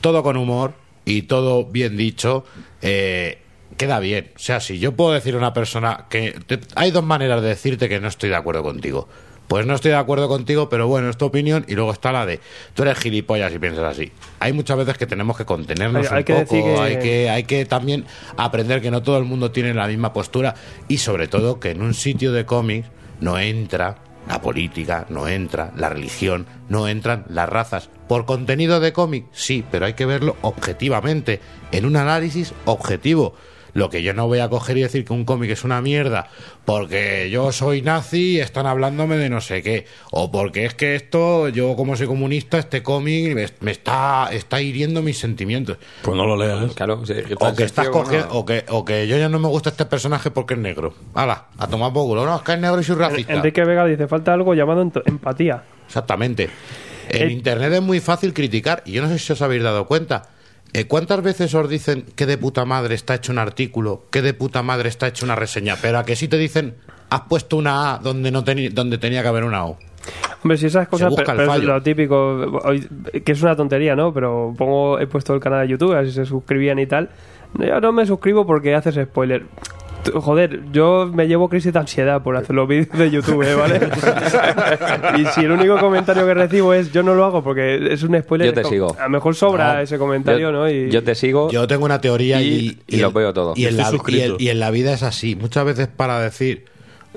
todo con humor y todo bien dicho, eh, queda bien. O sea, si yo puedo decir a una persona que te- hay dos maneras de decirte que no estoy de acuerdo contigo. Pues no estoy de acuerdo contigo, pero bueno, es tu opinión. Y luego está la de tú eres gilipollas y piensas así. Hay muchas veces que tenemos que contenernos
Hay- hay
un
que
poco,
decir que-
hay que hay que también aprender que no todo el mundo tiene la misma postura y sobre todo que en un sitio de cómics no entra la política, no entra la religión, no entran las razas. Por contenido de cómic, sí, pero hay que verlo objetivamente, en un análisis objetivo. Lo que yo no voy a coger y decir que un cómic es una mierda porque yo soy nazi y están hablándome de no sé qué. O porque es que esto, yo como soy comunista, este cómic me, me está, está hiriendo mis sentimientos.
Pues no lo leas.
Claro, sí, que
O
tan
que, estás
sencillo
cogiendo,
como-
o, que, o que yo ya no me gusta este personaje porque es negro. Hala, a tomar por culo. No, es que es negro y soy racista.
Enrique Vega dice, falta algo llamado ent- empatía.
Exactamente. En
Eh,
internet es muy fácil criticar. Y yo no sé si os habéis dado cuenta. Eh, ¿Cuántas veces os dicen que de puta madre está hecho un artículo? que de puta madre está hecho una reseña? Pero a que sí te dicen, has puesto una A donde, no teni- donde tenía que haber una O.
Hombre, si esas cosas,
busca
pero-
el
pero es
fallo.
lo típico, hoy- que es una tontería, ¿no? Pero pongo, he puesto el canal de YouTube, así se suscribían y tal. No, Yo no me suscribo porque haces spoiler. T- Joder, yo me llevo crisis de ansiedad por hacer los vídeos de YouTube, ¿eh? ¿vale? [LAUGHS] y si el único comentario que recibo es yo no lo hago porque es un spoiler.
Yo te
es como-
sigo.
A lo mejor sobra
No,
ese comentario,
yo,
¿no? Y,
yo te sigo.
Yo tengo una teoría y,
Y- y lo veo todo.
Y en, la,
Estoy
y,
suscrito.
en- y en la vida es así. Muchas veces para decir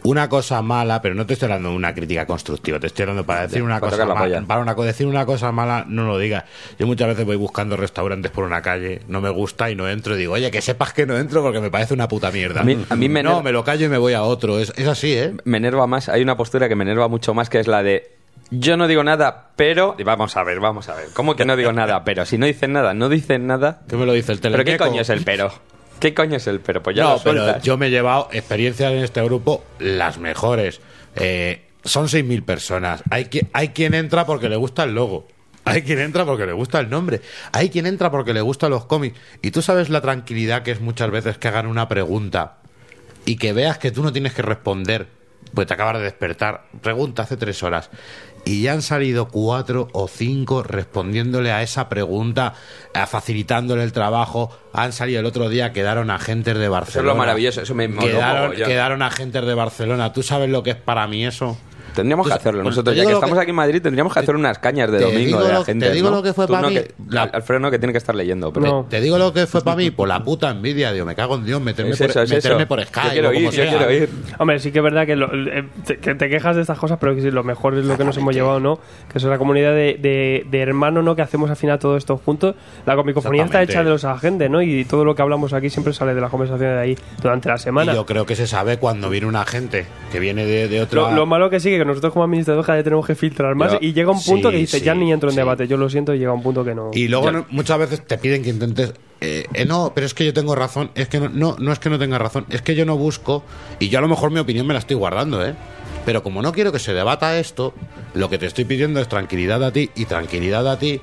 una cosa mala, pero no te estoy hablando de una crítica constructiva, te estoy hablando para decir una
para
cosa
tocar la
mala.
polla.
Para una, co- decir una cosa mala, no lo digas. Yo muchas veces voy buscando restaurantes por una calle, no me gusta y no entro y digo, oye, que sepas que no entro porque me parece una puta mierda.
A mí- a mí me
no,
ener-
me lo callo y me voy a otro. Es, es así, ¿eh?
me enerva más, hay una postura que me enerva mucho más que es la de yo no digo nada, pero y vamos a ver, vamos a ver. ¿Cómo que no digo nada, pero si no dicen nada, no dicen nada?
¿Qué me lo dice el
¿Pero qué
telequeco?
coño es el pero? ¿Qué coño es el pero? Pues ya
no,
lo
pero
sueltas.
yo me he llevado experiencias en este grupo las mejores. Eh, son 6.000 personas. Hay, qui- hay quien entra porque le gusta el logo. Hay quien entra porque le gusta el nombre. Hay quien entra porque le gustan los cómics. Y tú sabes la tranquilidad que es muchas veces que hagan una pregunta y que veas que tú no tienes que responder, pues te acabas de despertar. Pregunta hace tres horas. Y ya han salido cuatro o cinco respondiéndole a esa pregunta, a- facilitándole el trabajo. Han salido el otro día, quedaron agentes de Barcelona.
Eso es lo maravilloso, eso me moló
Quedaron,
mogollón.
quedaron agentes de Barcelona. ¿Tú sabes lo que es para mí eso?
Tendríamos que
Pues,
hacerlo
pues,
nosotros.
te
Ya
digo
que
lo que-
estamos aquí en Madrid, tendríamos que hacer unas cañas de
te
domingo
digo
de
lo-
la
te
gente.
digo
¿no?
lo que fue
Tú
para
no,
mí.
que-
La-
Al- Alfredo no, que tiene que estar leyendo. Pero
No.
Te digo lo que fue para mí, por la puta envidia. Digo, me cago en Dios, meterme,
Es eso,
por,
es eso.
meterme por Skype.
Yo quiero
o como
ir, yo
sea.
quiero ir.
Hombre, sí que es verdad que, lo- eh, te, que te quejas de estas cosas, pero que sí, lo mejor es lo que nos hemos llevado, ¿no? Que es la comunidad de, de, de hermanos, ¿no? Que hacemos al final todo esto juntos. La comicofonía está
Exactamente.
hecha de los agentes, ¿no? Y todo lo que hablamos aquí siempre sale de las conversaciones de ahí durante la
Y
semana.
yo creo que se sabe cuando viene una gente que viene de, de otra.
Lo, lo malo que sí, que nosotros como administradores cada vez tenemos que filtrar más
Ya.
y llega un punto
Sí,
que dice,
sí,
ya ni entro en
sí.
debate, yo lo siento, y llega un punto que no.
Y luego
Ya.
no- muchas veces te piden que intentes. eh, eh, no, pero es que yo tengo razón. Es que no, no, no es que no tenga razón. Es que yo no busco. Y yo a lo mejor mi opinión me la estoy guardando, ¿eh? Pero como no quiero que se debata esto, lo que te estoy pidiendo es tranquilidad a ti y tranquilidad a ti.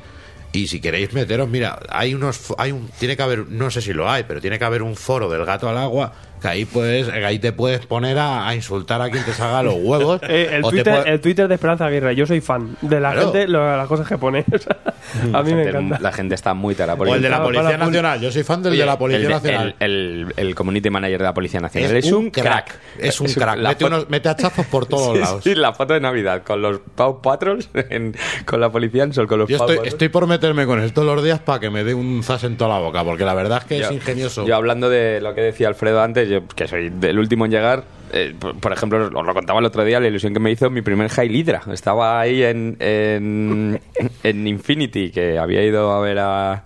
Y si queréis meteros, mira, hay unos. fo- hay un Tiene que haber. No sé si lo hay, pero tiene que haber un foro del gato al agua. Que ahí, puedes, ahí te puedes poner a, a insultar a quien te salga los huevos.
Eh, el,
o te
Twitter,
puede-
el Twitter de Esperanza Aguirre, yo soy fan de la
Claro.
gente, lo- las cosas que pone. [LAUGHS] O sea, a mí me
la gente-
encanta.
La gente está muy tara por
o el de la
Para- para
Policía
la poli-
Nacional. Yo soy fan del de la Policía
el,
Nacional.
El, el- el community manager de la Policía Nacional es, un crack.
Es un crack.
la
Mete,
foto-
unos- mete hachazos por todos
[LAUGHS] Sí,
lados.
sí, la foto de Navidad con los Paw Patrols, en- con la policía en sol, con los
Yo
Paw
estoy,
Patrols.
estoy por meterme con él todos los días para que me dé un zas en toda la boca, porque la verdad es que es
Yo-
ingenioso.
Yo hablando de lo que decía Alfredo antes, yo que soy del último en llegar, eh, por, por ejemplo, os lo contaba el otro día, la ilusión que me hizo mi primer High Lidra. Estaba ahí en,
[LAUGHS]
en, en Infinity, que había ido a ver a,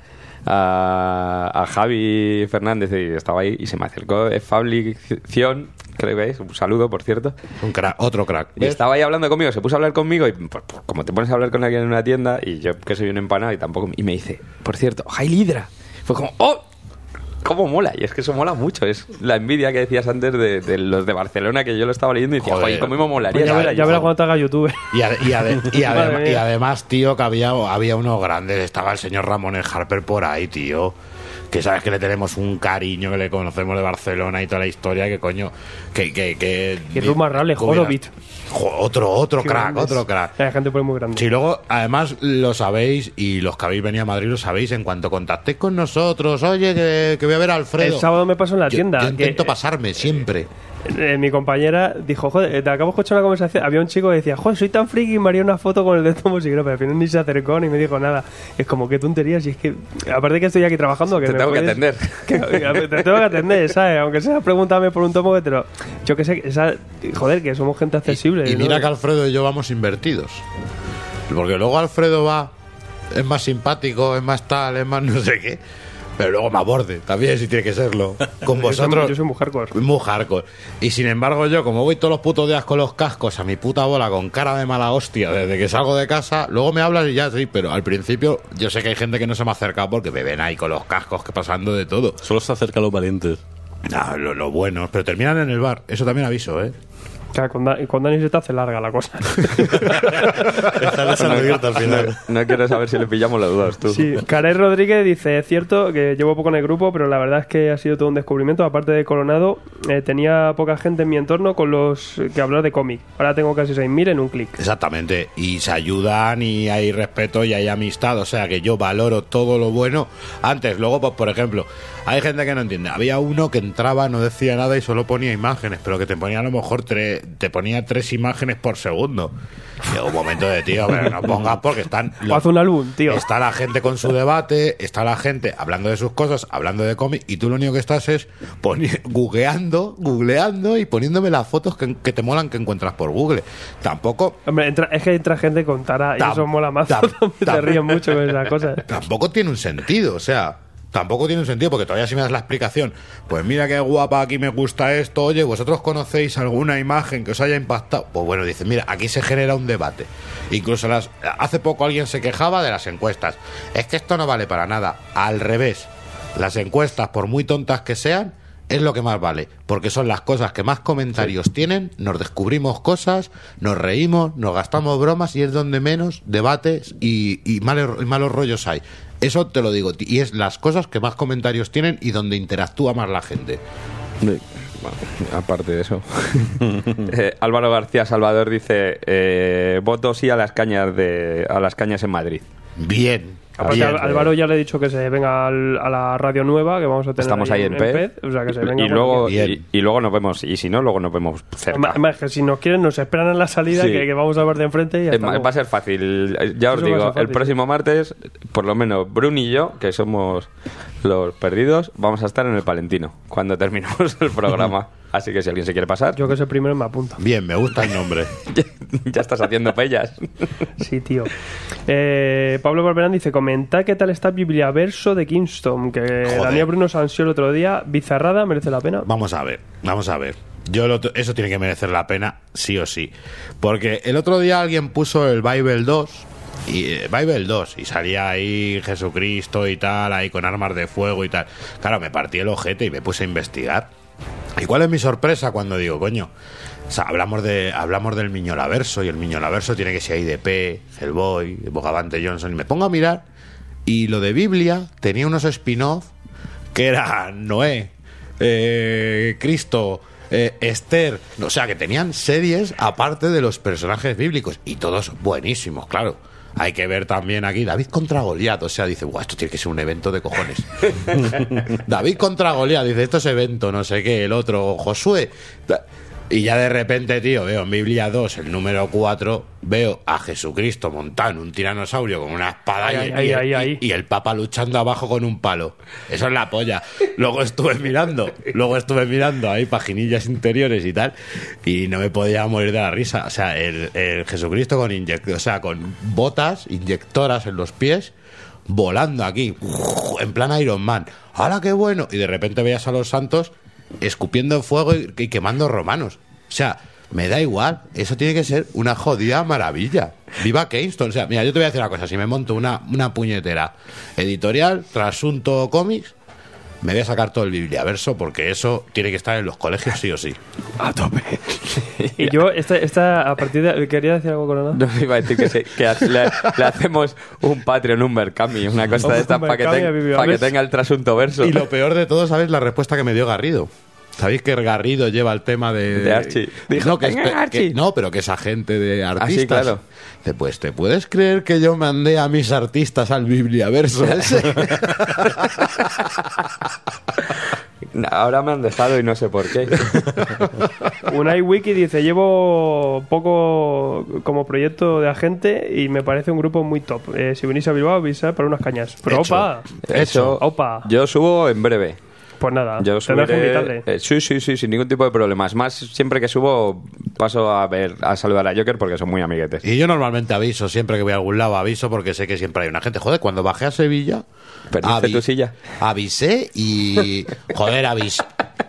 a, a Javi Fernández y estaba ahí y se me acercó eh, Fabli Cion, creo que es, un saludo por cierto.
Un crack, otro crack.
Y estaba ahí hablando conmigo, se puso a hablar conmigo y pues, pues, como te pones a hablar con alguien en una tienda y yo que soy un empanado y tampoco y me dice, por cierto, High Hydra. Fue como, ¡oh! ¿Cómo mola? Y es que eso mola mucho. Es la envidia que decías antes de, de los de Barcelona que yo lo estaba leyendo y decía,
Joder.
joder, ¿cómo me molaría?
Pues
ya
estar
verás
allí?".
ya verás cuando te haga YouTube.
Y, ade- y ade- y adem-
Madre mía.
y además, tío, que había, había unos grandes. Estaba el señor Ramón el Harper por ahí, tío. Que sabes que le tenemos un cariño, que le conocemos de Barcelona y toda la historia, que coño. Que. Que. Que.
Que Ruth Marrale,
que hubiera-
Horowitz.
Jo- Otro, otro
Qué
crack,
grandes.
otro crack.
La gente pone muy grande.
Si luego, además, lo sabéis, y los que habéis venido a Madrid lo sabéis, en cuanto contactéis con nosotros, oye, que, que voy a ver a Alfredo.
El sábado me pasó en la
Yo-
tienda.
Yo,
que,
intento
eh,
pasarme siempre.
eh, mi compañera dijo, joder, eh, te acabo de escuchar una conversación. Había un chico que decía, joder, soy tan friki y me haría una foto con el de estos musiquero, pero al final ni se acercó ni me dijo nada. Es como que tonterías y es que, aparte que estoy aquí trabajando, que
Te
me
tengo que
puedes-
atender.
[LAUGHS] que- que te tengo que atender, ¿sabes? Aunque sea preguntarme por un tomo que te lo... Yo que sé, esa- joder, que somos gente accesible.
Y
¿no?
mira que Alfredo y yo vamos invertidos. Porque luego Alfredo va, es más simpático, es más tal, es más no sé qué. Pero luego me aborde, también si tiene que
[LAUGHS]
serlo. Con
Yo soy-
vosotros.
Yo soy mujer pues. hardcore.
Muy hardcore. Y sin embargo, yo, como voy todos los putos días con los cascos a mi puta bola, con cara de mala hostia, desde que salgo de casa, luego me hablas y ya sí, pero al principio yo sé que hay gente que no se me ha acercado porque me ven ahí con los cascos, que pasando de todo.
Solo se acerca a los valientes.
Ah, lo, lo bueno, pero terminan en el bar, eso también aviso, ¿eh?
Claro, con, Da- con Dani se te hace larga la cosa.
[LAUGHS]
Está desaludierta al final.
No quiero saber si le pillamos los dos, tú.
Sí, Carey Rodríguez dice, es cierto que llevo poco en el grupo, pero la verdad es que ha sido todo un descubrimiento. Aparte de Coronado, eh, tenía poca gente en mi entorno con los que hablar de cómic. Ahora tengo casi 6.000 en un clic.
Exactamente, y se ayudan y hay respeto y hay amistad, o sea que yo valoro todo lo bueno. Antes, luego, pues por ejemplo, hay gente que no entiende. Había uno que entraba, no decía nada y solo ponía imágenes, pero que te ponía a lo mejor tres, te ponía tres imágenes por segundo. Llega un momento de tío, pero no pongas porque están
O haz un álbum, tío.
Está la gente con su debate, está la gente hablando de sus cosas, hablando de cómics, y tú lo único que estás es poni- googleando, googleando y poniéndome las fotos que, que te molan que encuentras por Google. Tampoco,
Hombre, entra- es que entra gente con tara y
Tam-
eso mola más. [LAUGHS]
tam-
Te
tam-
ríen mucho con esas cosas.
tampoco tiene un sentido, o sea. Tampoco tiene un sentido, porque todavía si me das la explicación, pues mira qué guapa, aquí me gusta esto, oye, vosotros conocéis alguna imagen que os haya impactado. Pues bueno, dice, mira, aquí se genera un debate. Incluso las hace poco alguien se quejaba de las encuestas. Es que esto no vale para nada. Al revés, las encuestas, por muy tontas que sean, es lo que más vale, porque son las cosas que más comentarios tienen, nos descubrimos cosas, nos reímos, nos gastamos bromas y es donde menos debates y, y males- y malos rollos hay. Eso te lo digo, y es las cosas que más comentarios tienen y donde interactúa más la gente.
Bueno, aparte de eso. [LAUGHS] Eh, Álvaro García Salvador dice eh, voto sí a las cañas de a las cañas en Madrid.
Bien.
Aparte,
bien.
Al- Álvaro ya le he dicho que se venga al- a la radio nueva que vamos a tener.
Estamos ahí en Pez.
o sea, que se venga
y,
por
luego,
aquí.
Bien.
y, y luego nos vemos. Y si no, luego nos vemos cerca.
Además, que si nos quieren, nos esperan en la salida
Sí.
que, que vamos a ver de enfrente. Y ya
Es Eh, ma-
estamos.
va a ser fácil. Eh,
Eso va
Ya os
a ser
digo, el
fácil.
próximo martes, por lo menos Bruni y yo, que somos los perdidos, vamos a estar en el Palentino cuando terminemos
[LAUGHS]
el programa. Así que si alguien se quiere pasar,
Yo que soy primero me apunto.
Bien, me gusta el nombre.
[LAUGHS]
[LAUGHS]
ya estás haciendo pellas.
Sí, tío. Eh, Pablo Barberán dice: Comentad qué tal está Bibliaverso de Kingston. Que Daniel Bruno se ansió el otro día. Bizarrada, merece la pena.
Vamos a ver, vamos a ver. Yo lo- eso tiene que merecer la pena, sí o sí. Porque el otro día alguien puso el Bible 2. Y, eh, Bible 2, y salía ahí Jesucristo y tal, ahí con armas de fuego y tal. Claro, me partí el ojete y me puse a investigar. ¿Y cuál es mi sorpresa cuando digo, coño? O sea, hablamos, de, hablamos del Miñolaverso y el Miñolaverso tiene que ser IDP, Hellboy, Bogavante Johnson. Y me pongo a mirar y lo de Biblia tenía unos spin-off que era Noé, eh, Cristo, eh, Esther. O sea, que tenían series aparte de los personajes bíblicos y todos buenísimos, claro. Hay que ver también aquí David contra Goliat. O sea, dice, "Buah, esto tiene que ser un evento de cojones. David contra Goliat, dice, esto es evento, no sé qué, el otro, Josué. Da- Y ya de repente, tío, veo en Biblia 2, el número 4, veo a Jesucristo montado en un tiranosaurio con una espada
Ay,
y,
ay,
y
ay,
el-
ay,
y-
ay.
y el Papa luchando abajo con un palo. Eso es la polla. Luego estuve mirando, luego estuve mirando ahí paginillas interiores y tal, y no me podía morir de la risa. O sea, el, el Jesucristo con inyec- o sea, con botas, inyectoras en los pies, volando aquí, en plan Iron Man. ¡Hala, qué bueno! Y de repente veías a los santos escupiendo fuego y, y quemando romanos. O sea, me da igual. Eso tiene que ser una jodida maravilla. Viva Kingston. O sea, mira, yo te voy a decir una cosa. Si me monto una, una puñetera editorial, trasunto cómics, me voy a sacar todo el bibliaverso porque eso tiene que estar en los colegios sí o sí.
Y yo, esta, esta, a partir de. Quería decir algo, Corona.
No iba a decir que, se- que ha- le, le hacemos un Patreon, un Mercami, una cosa
Un
de estas para que,
Mercami a
ten-
Vivi
pa' que
Alves.
tenga el trasunto verso.
Y lo peor de todo, ¿sabéis la respuesta que me dio Garrido? ¿Sabéis que Garrido lleva el tema de...
De Archie. Dijo,
no, que es-
"Venga,
que-
Archie". Ah,
no, pero que es agente de artistas.
claro.
Dice, pues, ¿te puedes creer que yo mandé a mis artistas al
[LAUGHS]
bibliaverso ese?
Ahora me han dejado y no
[LAUGHS]
sé por qué.
Unai Wiki dice, llevo poco como proyecto de agente y me parece un grupo muy top. Eh, si venís a Bilbao, avisar para unas cañas. Pero
Hecho.
opa,
Eso.
Opa.
Yo subo en breve.
pues nada,
Yo
tendrás que
subiré,
invitarle.
eh, sí, sí, sí, sin ningún tipo de problemas. Más siempre que subo paso a ver a saludar a Joker porque son muy amiguetes.
Y yo normalmente aviso, siempre que voy a algún lado aviso porque sé que siempre hay una gente. Joder, cuando bajé a Sevilla...
Perdiste
avi-
tu silla.
Avisé
[LAUGHS]
y... Joder, avisé.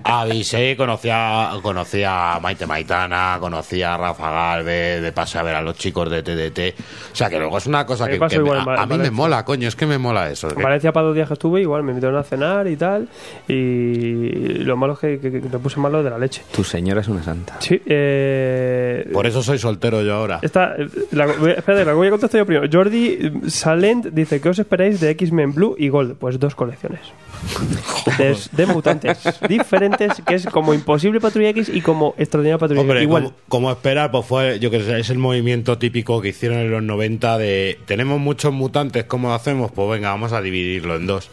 Avisé, conocí a, conocí a Maite Maitana, conocí a Rafa Galvez, de pasé a ver a los chicos de TDT. O sea, que luego es una cosa
Me
que,
pasa
que me-
igual
a,
en Val-
a mí me
Valencia.
mola, coño, es que me mola eso.
En
que-
Valencia para dos días que estuve, igual me invitaron a cenar y tal. Y lo malo es que, que- que me puse malo de la leche.
Tu señora es una santa.
Sí, eh,
Por eso soy soltero yo ahora.
Esta, eh, la, voy- espérate, la voy a contestar yo primero. Jordi eh, Salent dice: ¿Qué os esperáis de X-Men Blue y Gold? Pues dos
[LAUGHS]
colecciones. De, de mutantes diferentes, que es como Imposible Patrulla X y como Extraordinaria Patrulla
Hombre,
X. Igual.
Como, como esperar, pues fue, yo que sé, es el movimiento típico que hicieron en los 90 de tenemos muchos mutantes, ¿cómo lo hacemos? Pues venga, vamos a dividirlo en dos.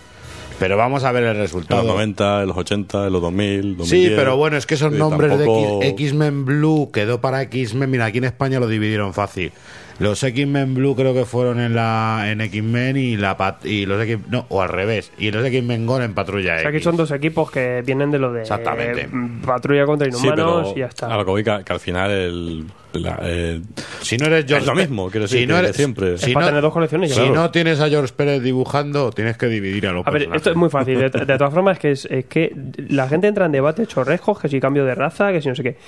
Pero vamos a ver el
En
resultado.
los 90, en los 80, en los 2000, 2010.
Sí, pero bueno, es que esos
Y
nombres
tampoco-
de X- X-Men Blue quedó para X-Men. Mira, aquí en España lo dividieron fácil. Los X-Men Blue creo que fueron en la en X-Men y la pat- y los X no, o al revés, y los X-Men Gol en Patrulla
O
X.
sea, aquí son dos equipos que vienen de lo de
Exactamente.
eh, patrulla contra
Sí, pero
inhumanos y ya está.
a lo que voy, que, que al final el... la- eh,
Si no eres George
Es lo
Pe-
mismo, quiero decir, que de siempre.
Es para tener dos colecciones,
Si
claro.
no tienes a George Pérez dibujando, tienes que dividir a los
A ver,
personajes.
esto es muy fácil. De, de todas formas, es que, es, es que la gente entra en debates chorrejos, que si cambio de raza, que si no sé qué.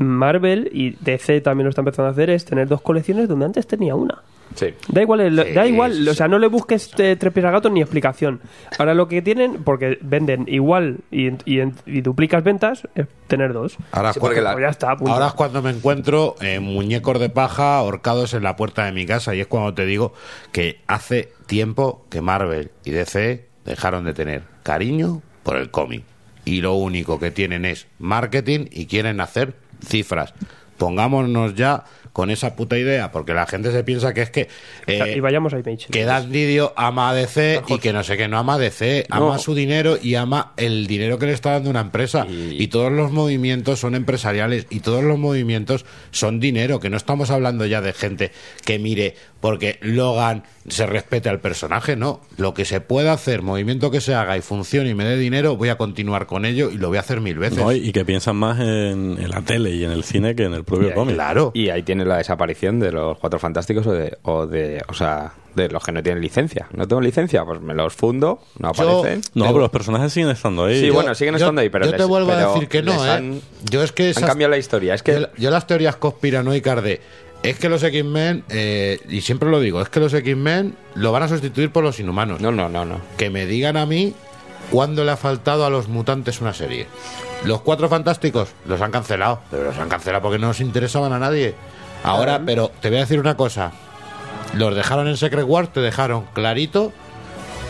Marvel y DC también lo está empezando a hacer, es tener dos colecciones donde antes tenía una.
Sí.
Da igual, el-
Sí,
da igual,
sí.
o sea, no le busques eh, tres pies al gato ni explicación. Ahora lo que tienen, porque venden igual y, y- y duplicas ventas, es tener dos.
Ahora,
Sí,
es cuando-
porque la-
Pues ya está, punto.
ahora es cuando me encuentro eh, muñecos de paja ahorcados en la puerta de mi casa y es cuando te digo que hace tiempo que Marvel y DC dejaron de tener cariño por el cómic. y lo único que tienen es marketing y quieren hacer cifras. Pongámonos ya con esa puta idea, porque la gente se piensa que es que... eh,
y vayamos a Image.
que Dan Didio ama a DC y que no sé qué, no ama a DC, ama
No.
su dinero y ama el dinero que le está dando una empresa. Y...
Y-
todos los movimientos son empresariales y todos los movimientos son dinero, que no estamos hablando ya de gente que mire porque Logan se respete al personaje, no. Lo que se pueda hacer, movimiento que se haga y funcione y me dé dinero, voy a continuar con ello y lo voy a hacer mil veces.
No, y y que piensan más en, en la tele y en el cine que en el propio
Y-
cómic.
Claro.
Y ahí tiene la desaparición de los cuatro fantásticos o de, o de, o sea, de los que no tienen licencia. No tengo licencia, pues me los fundo, no
Yo-
aparecen.
No,
Pero-
pero los personajes siguen estando ahí.
Sí,
Yo-
bueno, siguen
yo-
estando ahí, pero
Yo te
les-
vuelvo a
pero
decir que no,
les
¿eh?
han-
yo es que.
han
esas-
cambiado la historia, es que-
Yo, yo las teorías conspiranoicas de. Es que los X-Men, eh, y siempre lo digo, es que los X-Men lo van a sustituir por los inhumanos.
No, no, no, no.
Que me digan a mí cuándo le ha faltado a los mutantes una serie. Los cuatro fantásticos los han cancelado, pero los han cancelado porque no nos interesaban a nadie. Ahora, pero te voy a decir una cosa. Los dejaron en Secret Wars, te dejaron clarito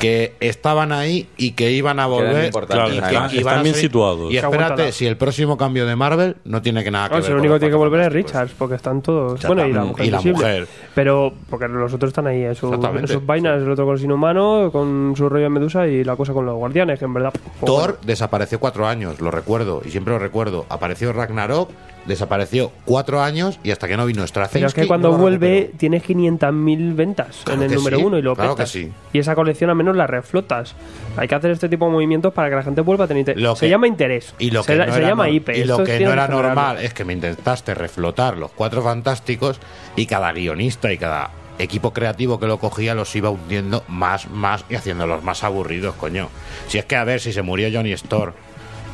que estaban ahí y que iban a volver.
importantes,
y que
además.
iban
Están
a
bien
salir.
situados.
Y espérate,
Aguántala.
si el próximo cambio de Marvel no tiene que nada que
Claro,
ver.
si lo
con
único
los
que tiene que volver es
Fantásticos.
Richards, porque están todos.
Ya
Bueno, y
está.
la mujer.
Y la
invisible.
mujer.
Pero porque los otros están ahí, en, su-
Exactamente.
en sus vainas, el otro con los inhumanos, con su rollo de medusa y la cosa con los guardianes, que en verdad. pues,
Thor desapareció cuatro años, lo recuerdo, y siempre lo recuerdo. Apareció Ragnarok, desapareció cuatro años y hasta que no vino Straczynski...
Pero es que cuando
no lo
vuelve
recuperó.
tienes 500.000 ventas
Claro
en el
que
número
sí,
uno y lo
claro
petas.
que sí.
Y esa colección al menos la reflotas. Hay que hacer este tipo de movimientos para que la gente vuelva a tener interés.
Lo
Se
que-
llama interés.
Y lo
se
que
la-
no
se
era
llama
nor-
IP.
y lo
Esto
que
tiene
no era
celebrarlo.
normal es que me intentaste reflotar los cuatro fantásticos y cada guionista y cada equipo creativo que lo cogía los iba hundiendo más, más y haciéndolos más aburridos, coño. Si es que a ver, si se murió Johnny Storr,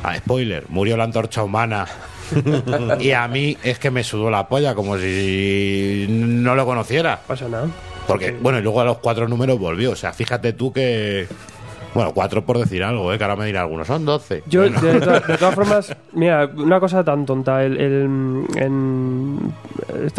ah, spoiler, murió la antorcha humana. y a mí es que me sudó la polla como si no lo conociera.
Pasa nada.
Porque,
Sí.
bueno, y luego a los cuatro números volvió. O sea, fíjate tú que. Bueno, cuatro por decir algo, ¿eh? que ahora me dirá algunos. Son doce.
Yo, de, to- de
[LAUGHS]
todas formas, mira, una cosa tan tonta. El, el, en,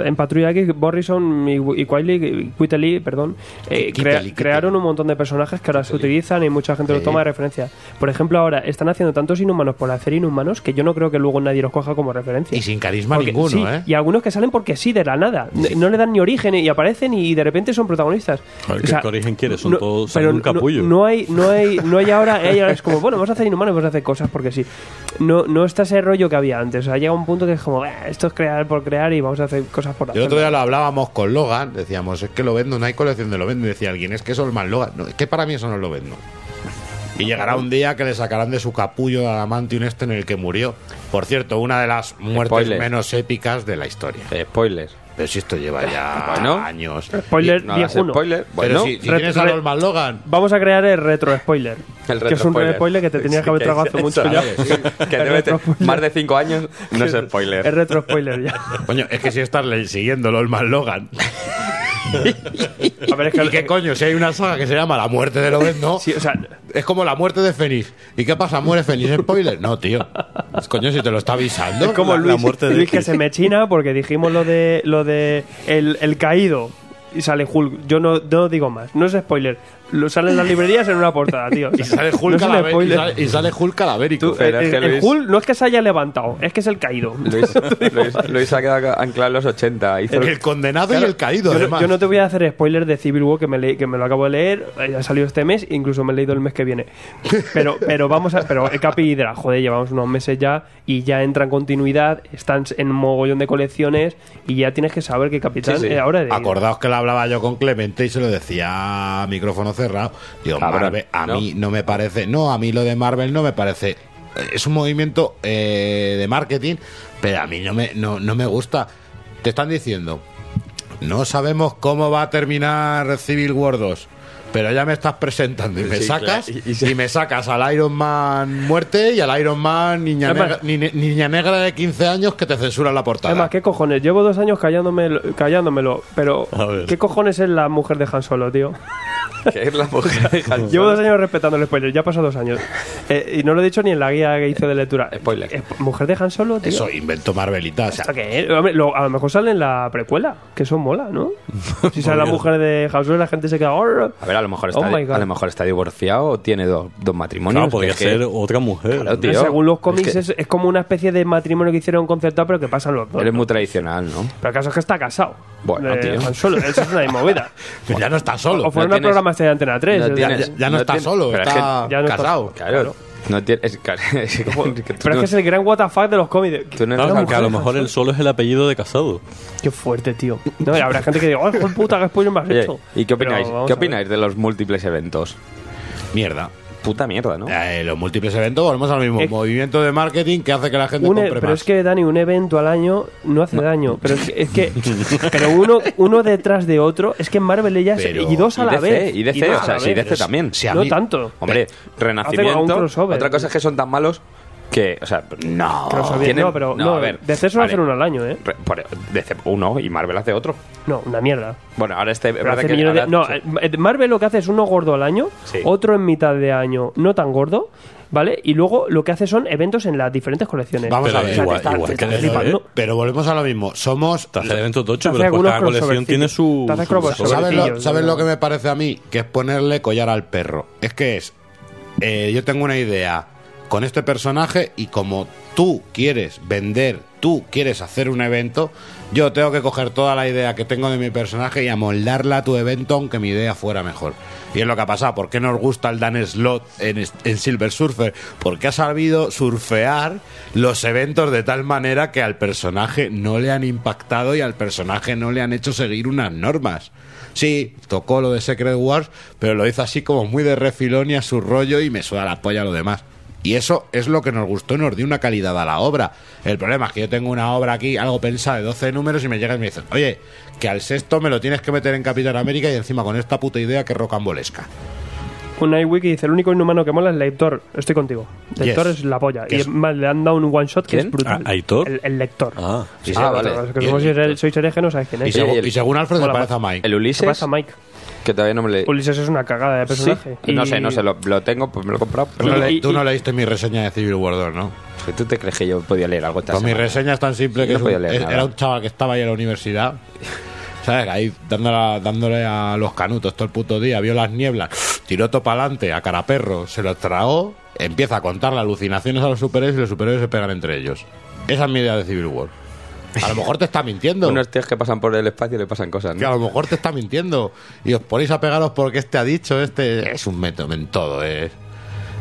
en Patrulla X, Morrison y, y Quitely, Quitely, perdón, eh,
Quitely,
crea-
Quitely.
crearon un montón de personajes que ahora se utilizan y mucha gente
Sí.
los toma de referencia. Por ejemplo, ahora están haciendo tantos inhumanos por hacer inhumanos que yo no creo que luego nadie los coja como referencia.
Y sin carisma
Porque-
ninguno,
sí,
¿eh?
Y algunos que salen porque sí, de la nada. N- No le dan ni origen y aparecen y de repente son protagonistas.
Joder, ¿qué- qué origen quieres? Son todos- son
pero
un capullo.
No, no hay, no hay, no hay ahora, hay ahora es como, bueno, vamos a hacer inhumanos, vamos a hacer cosas porque sí. No, no está ese rollo que había antes. O sea, llega un punto que es como, "Bah, esto es crear por crear y vamos a hacer cosas por
El
hacer.
otro día lo hablábamos con Logan, decíamos, es que lo vendo, no hay colección de lo vendo. Y decía alguien, es que eso es más Logan. No, es que para mí eso no lo vendo. Y llegará un día que le sacarán de su capullo de adamantium este en el que murió. Por cierto, una de las muertes
Spoiler.
menos épicas de la historia.
Eh, spoilers.
Pero si esto lleva ya
Bueno.
años.
Spoiler
No hagas
10-1.
spoiler.
Pero
Bueno,
si, si
re-
tienes a
re-
los más Logan,
Vamos a crear el retro spoiler.
el
que es un
retrospoiler.
spoiler que te tenías que haber
[LAUGHS] Sí,
tragado hace
eso,
mucho ya.
¿sabes? Sí, [LAUGHS]
[LAUGHS] El
que debe tener
retrospoiler.
[LAUGHS] más de cinco años,
[LAUGHS]
no es spoiler.
El retro spoiler ya.
Coño, es que si estás le- siguiendo los más Logan.
A ver, es
[LAUGHS] ¿Y qué coño? Si hay una saga que se llama La Muerte de Logan, ¿no?
Sí, o sea,
Es como la muerte de Fénix. ¿Y qué pasa? ¿Muere Fénix? ¿Spoiler? No, tío. Es coño, si te lo está avisando.
Es como
La- la
Luis,
muerte de
Luis que
X.
se me china porque dijimos lo de lo de el, el caído y sale Hulk. Yo no, no digo más, no es spoiler. Lo sale en las librerías en una portada, tío.
Y sale
[LAUGHS]
Hulk
No es un
calaver-
spoiler.
y sale- y sale Hulk cadavérico.
Tú, eh, Pero es
El,
que
el
Luis-
Hulk no es que se haya levantado, es que es el caído.
Luis, Luis- Luis ha quedado anclado en los 80. Hizo
El condenado y el caído,
Yo no,
además.
yo no te voy a hacer spoiler de Civil War que me, leí- que me lo acabo de leer, eh, ha salido este mes, incluso me he leído el mes que viene. Pero, pero vamos a. Pero el Capi y Hydra, joder, llevamos unos meses ya y ya entra en continuidad, están en mogollón de colecciones y ya tienes que saber que Capitán
Sí, sí.
eh, ahora de.
Acordaos que lo hablaba yo con Clemente y se lo decía a micrófono cerrado. Digo,
Cabrón,
Marvel, a
¿no?
mí no me parece. No, a mí lo de Marvel no me parece. Es un movimiento eh, de marketing, pero a mí no me, no, no me gusta. Te están diciendo, no sabemos cómo va a terminar Civil War 2. Pero ya me estás presentando y me
[LAUGHS] Sí, claro,
sacas
y-
y,
y se-
me sacas al Iron Man muerte y al Iron Man niña, negra,
Además-
ni- niña negra de 15 años que te censura la portada.
Además, ¿qué cojones? Llevo dos años callándome, callándomelo, pero
A ver.
¿qué cojones es la mujer de Han Solo, tío?
que es la mujer de Harrison.
[LAUGHS] Llevo dos años respetando el spoiler, ya ha pasado dos años. Eh, y no lo he dicho ni en la guía que hice de lectura.
Spoiler.
Eh, ¿Mujer de Han Solo? Tío?
Eso, invento Marvelita. O sea,
¿Esto qué es? eh, Hombre, lo- a lo mejor sale en la precuela, que eso mola,
[LAUGHS]
¿no? Si sale la mujer de Han Solo, la gente se queda. "Oh".
A ver, a lo mejor está,
Oh my God.
a lo mejor está divorciado o tiene dos, dos matrimonios.
No, podría
es que-
ser otra mujer.
Claro, tío.
Según los cómics,
Es
es, es como una especie de matrimonio que hicieron concertado, pero que pasan los dos.
Eres muy tradicional, ¿no?
Pero el caso es que está casado.
Bueno,
Eh,
tío.
Han Solo, eso es una
[LAUGHS]
movida.
Pero ya no está solo.
O fue
no
una
tienes-
programa de Antena 3.
no
o sea,
Ya,
tienes-
ya- ya no,
no
está
tiene-
solo,
pero es
está
que ya no está-
casado.
Claro. No tiene, es, claro, [LAUGHS] es como- que tú
Pero es
no-
que es el gran WTF de los cómics.
tú no
Claro,
eres-
que a lo mejor el solo es el apellido de casado.
Qué fuerte, tío. No, y habrá gente que diga, ¡oh, hijo de puta, qué spoiler me has
Oye,
hecho!
¿Y qué
Pero
opináis?
vamos
¿Qué
a ver.
opináis de los múltiples eventos?
Mierda.
Puta mierda, ¿no?
Eh, los múltiples eventos, volvemos al mismo.
Eh,
movimiento de marketing que hace que la gente
Un e-
compre
pero
más.
es que, Dani, un evento al año no hace daño. Pero es que, es
[LAUGHS]
que- pero uno, uno detrás de otro, es que en Marvel ya es-
Pero-
y dos a
y
la
DC,
vez.
y DC,
dos
o
a
sea,
la
sí,
vez.
DC también.
Si a
No
mí-
tanto.
Hombre,
Hacen a un
Renacimiento.
crossover. ¿eh?
Otra cosa es que son tan malos que, o sea, no.
Crossover,
tienen-
no, pero no,
a ver.
DC solo
vale.
hacen uno al año, ¿eh?
Re- por- DC uno y Marvel hace otro.
No, una mierda.
Bueno, ahora este. es
Pero
verdad
hace
que
millones de-
ahora-
no,
sí.
eh, Marvel lo que hace es uno gordo al año,
Sí.
otro en mitad de año no tan gordo, ¿vale? Y luego lo que hace son eventos en las diferentes colecciones.
Vamos
Pero
a ver.
Está-
igual,
está-
igual que
está
¿eh? de-
flipando.
Pero volvemos a lo mismo. Somos.
Te hace el evento
Te
tocho, pero
hace
después cada
algunos
colección tiene
crossovercillos.
su.
Te hace
su-
crossover.
¿Sabes lo,
Sobrecillos,
sabes
¿no?
lo que me parece a mí? Que es ponerle collar al perro. Es que es. eh, yo tengo una idea con este personaje y como tú quieres vender, tú quieres hacer un evento, yo tengo que coger toda la idea que tengo de mi personaje y amoldarla a tu evento aunque mi idea fuera mejor. Y es lo que ha pasado. ¿Por qué nos gusta el Dan Slot en, es- en Silver Surfer? Porque ha sabido surfear los eventos de tal manera que al personaje no le han impactado y al personaje no le han hecho seguir unas normas. Sí, tocó lo de Secret Wars, pero lo hizo así como muy de refilón y a su rollo y me suda la polla lo demás. Y eso es lo que nos gustó y nos dio una calidad a la obra. El problema es que yo tengo una obra aquí, algo pensada de 12 números y me llegan y me dicen, oye, que al sexto me lo tienes que meter en Capitán América y encima con esta puta idea que es rocambolesca.
Un Nightwiki dice, el único inhumano que mola es Lector. Estoy contigo. Lector
Yes.
es la polla.
Que
Y
es-
más, le han dado un one shot que
¿Quién?
es brutal.
Ah, ¿Aitor?
El, el Lector.
Ah,
Sí, sí,
Ah,
vale.
Los que
Y el
somos- sois- sois herejes, no sabéis quién
Y,
es.
se-
¿Qué
segu-
el-
y según Alfred se
Mola
parece a
más.
Mike.
El Ulises,
pasa, Mike?
que todavía no me le.
Ulises es una cagada de
Sí.
personaje.
No
Y-
sé, no sé, lo, lo tengo, pues me lo he comprado.
Tú
Pero
no, le-
y-
tú no
y-
leíste mi reseña de Civil War 2, ¿no?
¿Tú te crees que yo podía leer algo esta
Pues mi
semana?
reseña es tan simple que
No
es un-
podía leer
es-
nada.
era un chaval que estaba ahí en la universidad, [LAUGHS] ¿sabes? Ahí dándole a, dándole a los canutos todo el puto día, vio las nieblas, [GASPS] tiró todo para adelante a caraperro, se lo tragó, empieza a contar las alucinaciones a los superhéroes y los superhéroes se pegan entre ellos. Esa es mi idea de Civil War. A lo mejor te está mintiendo.
[LAUGHS] Unos tíos que pasan por el espacio y le pasan cosas,
Que a
¿no?
lo mejor te está mintiendo. Y os ponéis a pegaros porque este ha dicho, este es un meto en todo, es,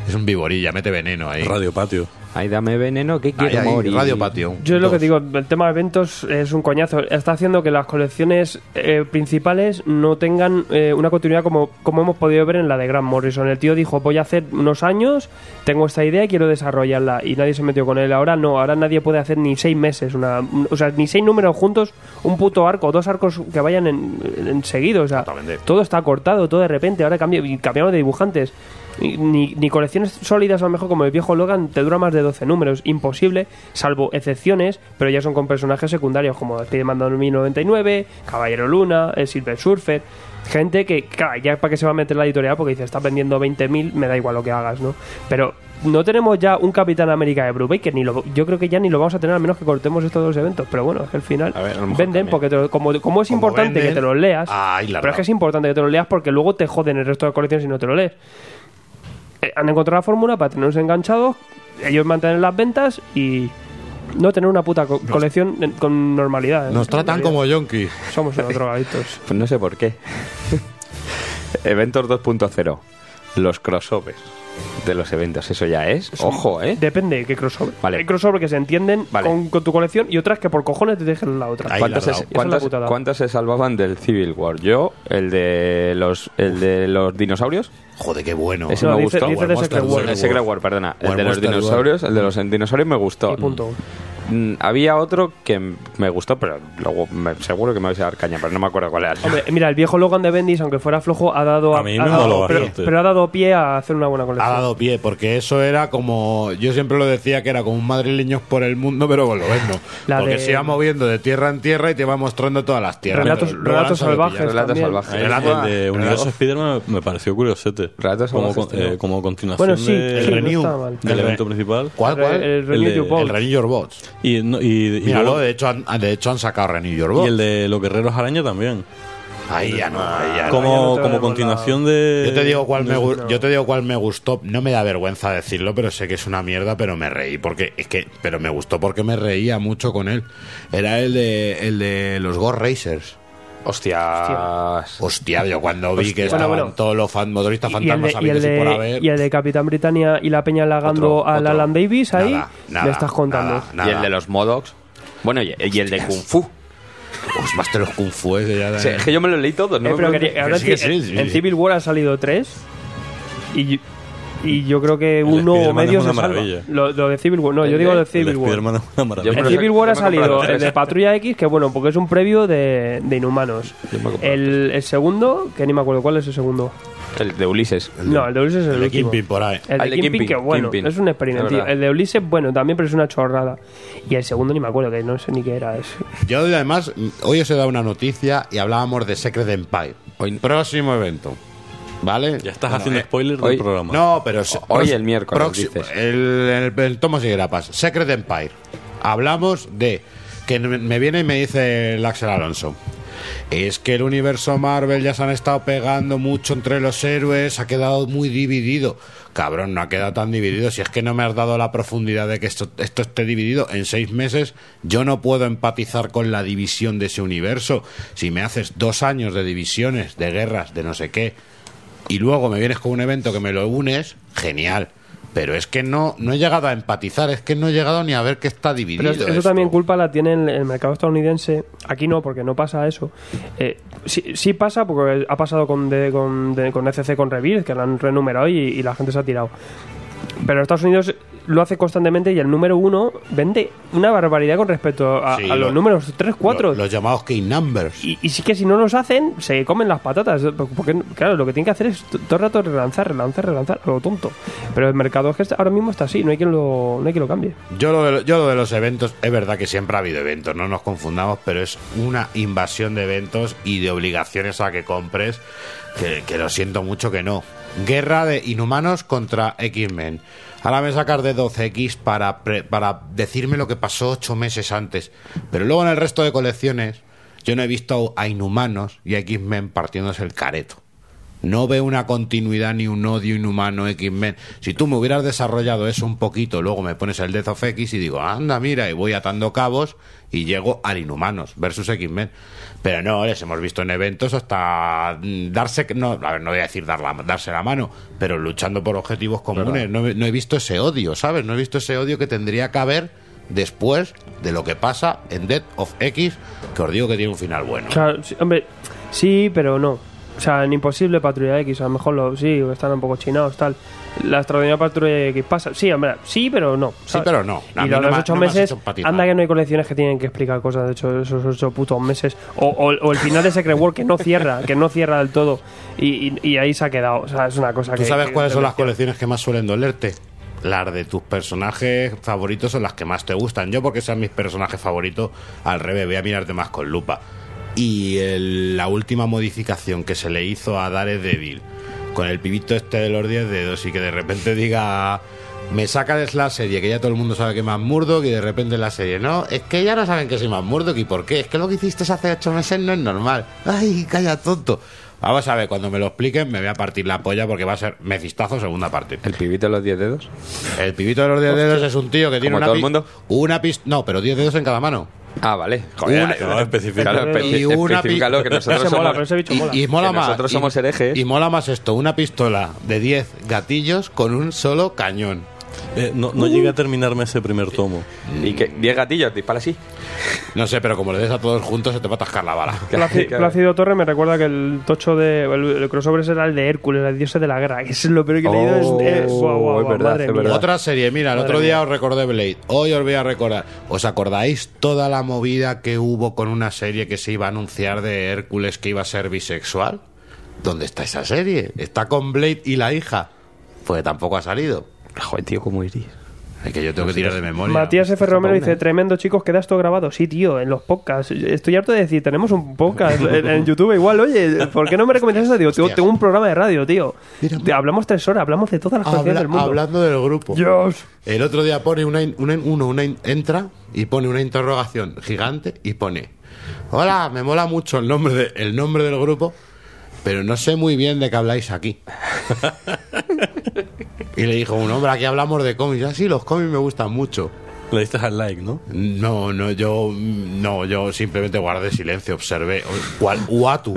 es un viborilla, mete veneno ahí.
Radio Patio.
Ay, dame veneno, que
Ahí,
quiero
ahí,
morir.
Radio Patio.
Yo es lo que
Dos.
digo, el tema de eventos es un coñazo. Está haciendo que las colecciones eh, principales no tengan eh, una continuidad como, como hemos podido ver en la de Grant Morrison. El tío dijo, voy a hacer unos años, tengo esta idea y quiero desarrollarla. Y nadie se metió con él. Ahora no, ahora nadie puede hacer ni seis meses, una, o sea, ni seis números juntos, un puto arco, dos arcos que vayan en, en seguido. O sea, todo está cortado, todo de repente. Ahora cambia- y cambiamos de dibujantes. Y Ni, ni colecciones sólidas, a lo mejor como el viejo Logan, te dura más de 12 números. Imposible, salvo excepciones, pero ya son con personajes secundarios como Spider-Man 2099, Caballero Luna, el Silver Surfer. Gente que, claro, ya para qué se va a meter la editorial porque dice, estás vendiendo 20.000, me da igual lo que hagas, ¿no? Pero no tenemos ya un Capitán América de Brubaker, que ni lo, yo creo que ya ni lo vamos a tener a menos que cortemos estos dos eventos. Pero bueno, es que al final
A ver, a lo mejor
venden
también.
porque te lo- como, como es
Como
importante
venden,
que te los leas,
ahí la
pero es
clavo.
que es importante que te los leas porque luego te joden el resto de colecciones si no te lo lees. Eh, han encontrado la fórmula para tenerlos enganchados, ellos mantener las ventas y no tener una puta co- colección en- con normalidad. ¿eh?
Nos tratan
Normalidad.
como yonkis.
Somos unos drogadictos.
Pues no sé por qué. [LAUGHS] eventos 2.0. Los crossovers de los eventos. Eso ya es. Ojo, ¿eh?
Depende de qué crossover.
Vale.
Hay crossover que se entienden
Vale.
con, con tu colección y otras que por cojones te dejen la otra.
Ahí la
¿Cuántos
has
se,
dado.
cuántos-
Esa es la putada.
cuántos se salvaban del Civil War? Yo, el de los, el de los dinosaurios.
Joder, qué bueno.
Ese
No,
me
dice-
gustó.
dice de
War,
Secret
Monster
War.
El Secret War, Mm. perdona.
War,
el de los
Monster War.
dinosaurios, el de los dinosaurios me gustó.
Y punto.
Mm, había otro que m- me gustó, pero luego me- seguro que me vais a dar caña, pero no me acuerdo cuál era.
Hombre, mira, el viejo Logan de Bendis, aunque fuera flojo, ha dado
A mí
ha
me
dado-
moló
pero,
bastante.
pero ha dado pie a hacer una buena colección.
Ha dado pie, porque eso era como. Yo siempre lo decía que era como un madrileños por el mundo, [LAUGHS] pero con lo vendo.
La
Porque
de-
se iba moviendo de tierra en tierra y te iba mostrando todas las tierras.
Relatos-
Pero luego
relatos
han sabido
salvajes.
pillar.
Relatos
también.
Ahí
salvajes.
El de
Relatos-
Universo Spider-Man me pareció curiosete.
Relatos
Como,
salvajes,
con-
tío.
eh, como continuación
Bueno, sí,
de-
sí, no
Renew.
estaba mal.
del
El
evento
Re-
principal.
¿Cuál, cuál?
El, el Renew
El de-
Your Bones.
El Renew Your Bots.
Y, no- y, y
Míralo,
luego-
de hecho, han, de hecho han sacado Renew Your Bots.
y el de Los Guerreros Araña también.
Ahí ya no, ahí ya no.
ya no
Como,
te
como
hemos
continuación de.
Yo te digo cuál me gu-
Eh, no.
yo te digo cuál me gustó, no me da vergüenza decirlo, pero sé que es una mierda, pero me reí porque es que pero me gustó porque me reía mucho con él. Era el de el de los Ghost Racers.
Hostias.
Hostia, yo cuando vi que
Hostia.
estaban
Bueno, bueno.
todos los fan, motoristas
Y- y el,
fantasmas
de, y, el
habidos y por
de,
haber.
y el de Capitán Britannia y la peña lagando
Otro,
al
otro.
Alan Davis ahí,
Nada, nada,
me estás contando. Eh,
nada.
Y el de los Modocs. Bueno, y, y el de Kung Fu.
Los Master of Kung Fu ese ya.
O sea, es que yo me lo leí todo. No
Eh,
me
pero
preguntes.
que- ahora
sí, que
en-
sí, sí,
en
sí.
Civil War ha salido tres y, y yo creo que
de
uno o
Spider-Man
medio
es
se
una
salva.
maravilla.
Lo, lo de Civil War, no,
El
yo digo
de-
lo de
El
Civil War.
Spider-Man es una maravilla.
Yo
En
me lo
Civil
saqué,
War ha
yo me he comprado
salido
tres.
el de Patrulla X, que bueno, porque es un previo de, de Inhumanos.
Yo me he comprado
El, el segundo, que ni me acuerdo cuál es el segundo.
El de Ulises.
no, el de Ulises es el,
el de
último.
Kingpin por ahí.
El de
Al de
Kingpin,
Kingpin,
que bueno,
Kingpin.
es un experimento.
Es verdad.
El de Ulises, bueno, también, pero es una chorrada. Y el segundo ni me acuerdo, que no sé ni qué era. Es,
Yo además hoy os he dado una noticia y hablábamos de Secret Empire.
Hoy-
próximo evento. ¿Vale?
Ya estás
Bueno,
haciendo
eh,
spoiler
hoy-
del programa.
No, pero se-
Hoy
prox-
el miércoles,
próximo-
dices.
El, el, el tomo sigue la paz. Secret Empire. Hablamos de que me- me viene y me dice el Axel Alonso. Es que el universo Marvel ya se han estado pegando mucho entre los héroes, ha quedado muy dividido. Cabrón, no ha quedado tan dividido. Si es que no me has dado la profundidad de que esto, esto esté dividido en seis meses, yo no puedo empatizar con la división de ese universo. Si me haces dos años de divisiones, de guerras, de no sé qué, y luego me vienes con un evento que me lo unes, genial. Pero es que no, no he llegado a empatizar, es que no he llegado ni a ver que está dividido.
Pero eso, eso
esto.
también culpa la tiene el, el mercado estadounidense. Aquí no, porque no pasa eso. Eh, sí, sí pasa, porque ha pasado con, de, con, de- con ECC, con Rebirth, que la han renumerado y, y la gente se ha tirado. Pero Estados Unidos lo hace constantemente y el número uno vende una barbaridad con respecto a,
Sí,
a los
lo-
números 3, 4.
Lo- Los, llamados key numbers.
Y, y sí que si no los hacen, se comen las patatas. Porque, claro, lo que tienen que hacer es t- todo el rato relanzar, relanzar, relanzar, a lo tonto. Pero el mercado es que está- ahora mismo está así, no hay quien lo, no hay quien lo cambie.
Yo lo, de, lo- yo lo de los eventos, es verdad que siempre ha habido eventos, no nos confundamos, pero es una invasión de eventos y de obligaciones a que compres, que, que lo siento mucho que no. Guerra de inhumanos contra X-Men. Ahora me sacas de 12X para, pre- para decirme lo que pasó ocho meses antes. Pero luego en el resto de colecciones, yo no he visto a inhumanos y a X-Men partiéndose el careto. No veo una continuidad ni un odio inhumano X-Men. Si tú me hubieras desarrollado eso un poquito, luego me pones el Death of X y digo, anda, mira, y voy atando cabos y llego al Inhumanos versus X-Men. Pero no, les hemos visto en eventos hasta mm, darse, no, a ver, no voy a decir dar la- darse la mano, pero luchando por objetivos comunes. No, he- no he visto ese odio, ¿sabes? No he visto ese odio que tendría que haber después de lo que pasa en Death of X, que os digo que tiene un final bueno.
O sea, sí, hombre, sí, pero no. O sea, en Imposible Patrulla X, a lo mejor lo, sí, están un poco chinados, tal. La extraordinaria Patrulla X pasa. Sí, hombre, sí, pero no. ¿sabes?
pero no. A
Y
mí
lo de
no
los
me ha-
ocho
no me has
meses,
hecho empatizar.
anda que no hay colecciones que tienen que explicar cosas, de hecho, esos ocho putos meses. O, o- o el final de Secret War que no cierra, que no cierra del todo. Y, y- y ahí se ha quedado. O sea, es una cosa
¿Tú
que.
sabes
que-
cuáles son las
que-
colecciones que más suelen dolerte? Las de tus personajes favoritos son las que más te gustan. Yo, porque sean mis personajes favoritos, al revés, voy a mirarte más con lupa. Y el- la última modificación que se le hizo a Daredevil, con el pibito este de los 10 dedos, y que de repente diga. Me sacas la serie, que ya todo el mundo sabe que es Murdoch y de repente la serie, no, es que ya no saben que soy Murdoch y por qué, es que lo que hiciste hace ocho meses no es normal. Ay, calla tonto. Vamos a ver, cuando me lo expliquen me voy a partir la polla porque va a ser mecistazo segunda parte.
El pibito de los 10 dedos.
El pibito de los 10 dedos es un tío que tiene
¿Como
una
todo el
pis-
mundo?
una pis- no, pero 10 dedos en cada mano.
Ah, vale.
Una-
claro,
no, especifica.
claro, espe-
Y una pi-
especificalo, que nosotros
Ese mola,
somos-
pero ese bicho mola.
Y, y mola
Que
más.
nosotros
y-
somos herejes.
Y mola más esto, una pistola de 10 gatillos con un solo cañón.
Eh, no,
Uh-huh.
no llegué a terminarme ese primer tomo.
Y que 10 gatillos, dispara así.
No sé, pero como le des a todos juntos, se te va a atascar la bala.
Plácido, Plácido Torre me recuerda que el tocho de. El, el crossover era el de Hércules, el dios de la guerra. que Es lo peor que he leído. es-
Oh,
es- guau, guau,
es
guau,
verdad,
madre
es
mía.
verdad.
Otra serie, mira, el otro día os recordé Blade, hoy os voy a recordar. ¿Os acordáis toda la movida que hubo con una serie que se iba a anunciar de Hércules que iba a ser bisexual? ¿Dónde está esa serie? Está con Blade y la hija. Pues tampoco ha salido.
Joder, tío, ¿cómo [LAUGHS] irías?
Es que yo tengo que tirar de memoria.
Pues Matías
pues,
F. Romero dice: Tremendo, chicos, queda esto grabado. Sí, tío, en los podcasts. Estoy harto de decir: Tenemos un podcast en,
[LAUGHS]
en YouTube. Igual, oye, ¿por qué no me recomiendas eso? Digo, "Tío,
Hostias.
tengo un programa de radio, tío. Te- Hablamos tres horas, hablamos de todas las canciones
Habla-
del mundo.
hablando del grupo.
Dios.
El otro día pone una, in- una in- uno, una in- entra y pone una interrogación gigante y pone Hola, me mola mucho el nombre de- el nombre del grupo, pero no sé muy bien de qué habláis aquí. [LAUGHS] y le dijo un hombre, aquí hablamos de cómics. Ah, sí, los cómics me gustan mucho.
Le diste al like, ¿no?
No, no, yo no, yo simplemente guardé silencio, observé. ¿Cuál? Uatu.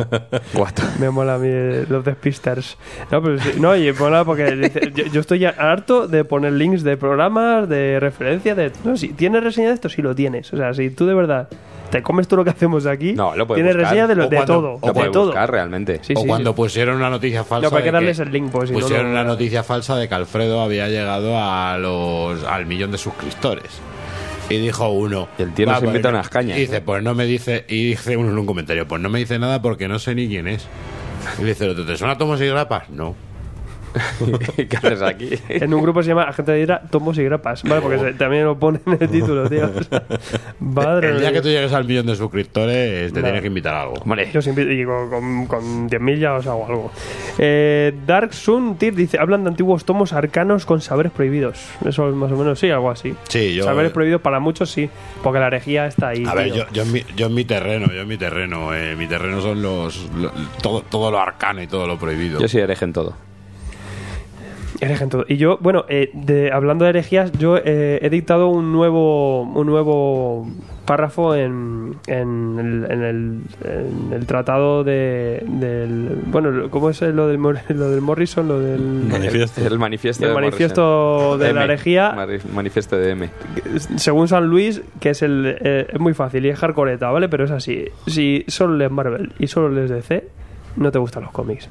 Me mola a mí eh, los despisters. No, pero sí- no, y mola porque dice, [LAUGHS] yo, yo estoy ya harto de poner links de programas, de referencias, de... No, si tienes reseña de esto, sí lo tienes. O sea, si tú de verdad te comes todo lo que hacemos aquí,
No, lo puedes
tienes
buscar.
reseña de, lo-
O
de
cuando-
todo.
o
Lo
de
puedes
todo.
buscar realmente.
Sí,
o
sí,
cuando
sí.
pusieron una noticia falsa.
No, pero hay
de
que darles el link, pues, si no,
pusieron
no-
una noticia falsa de que Alfredo había llegado a los, al millón de suscriptores. Y dijo uno.
Y el tío nos
"Va, pues
invita
no".
unas cañas.
Y
¿eh?
dice, pues no me dice. Y dice uno en un comentario, pues no me dice nada porque no sé ni quién es. Y le dice, el otro, ¿te suena Tomos y Grapas? No.
[LAUGHS] ¿Qué
[LAUGHS]
haces aquí?
En un grupo se llama Agente de Ira, Tomos y Grapas. Vale, porque se- también lo ponen en el título,
[LAUGHS]
tío. O sea, madre
El día que
mía.
tú llegues al millón de suscriptores, te
Nada.
tienes que invitar a algo.
Hombre,
Yo os invito- y con, con, con 10.000 ya os hago algo. Eh, Dark Sun Tir dice: hablan de antiguos tomos arcanos con saberes prohibidos. Eso es más o menos, sí, algo así.
Sí, yo- eh,
Saberes prohibidos para muchos, sí, porque la herejía está ahí.
A ver,
tío.
yo, yo, en mi, yo en mi terreno, yo en mi terreno, eh, mi terreno son los, lo- todo, todo lo arcano y todo lo prohibido.
yo soy hereje en todo.
Hereje en todo. Y yo, bueno, eh, de- hablando de herejías, yo eh, he dictado un nuevo, un nuevo párrafo en, en, el, en el- en el tratado de, del. Bueno, ¿cómo es lo del, Mor- [LAUGHS] lo del Morrison? Lo del.
Manifiesto.
El manifiesto
El
de
manifiesto
Morrison. Eh,
de la
M.
herejía.
Mari- Manifiesto de M.
según San Luis, que es el eh, es muy fácil y es hardcoreta, ¿vale? Pero es así. Si solo lees Marvel y solo lees DC, no te gustan los cómics.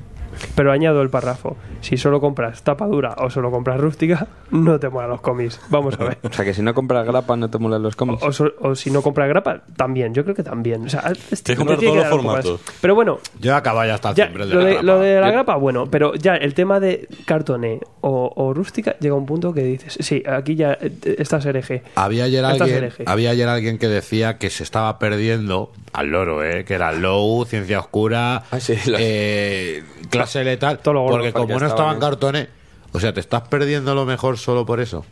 Pero añado el párrafo. Si solo compras tapa dura o solo compras rústica, no te molan los cómics. Vamos a ver.
O sea, que si no compras grapa no te molan los cómics.
O, so- o si no compras grapa, también. Yo creo que también. O sea, es-
que
te
comprar
tiene
todos
que dar un
los
poco más.
formatos.
Pero bueno,
Yo he acabado ya hasta el
ya,
timbre
lo, de,
grapa.
lo de la
Yo-
grapa, bueno, pero ya el tema de cartone o, o rústica llega a un punto que dices, sí, aquí ya eh, estás hereje.
Ah,
Había ayer,
Estás
alguien,
hereje.
había ayer alguien que decía que se estaba perdiendo al loro, ¿eh? que era Low, Ciencia Oscura,
Ah, sí, la-
eh, clase letal,
Todo lo gordo,
porque como
porque
no
estaban
estaban cartones, o sea, te estás perdiendo lo mejor solo por eso.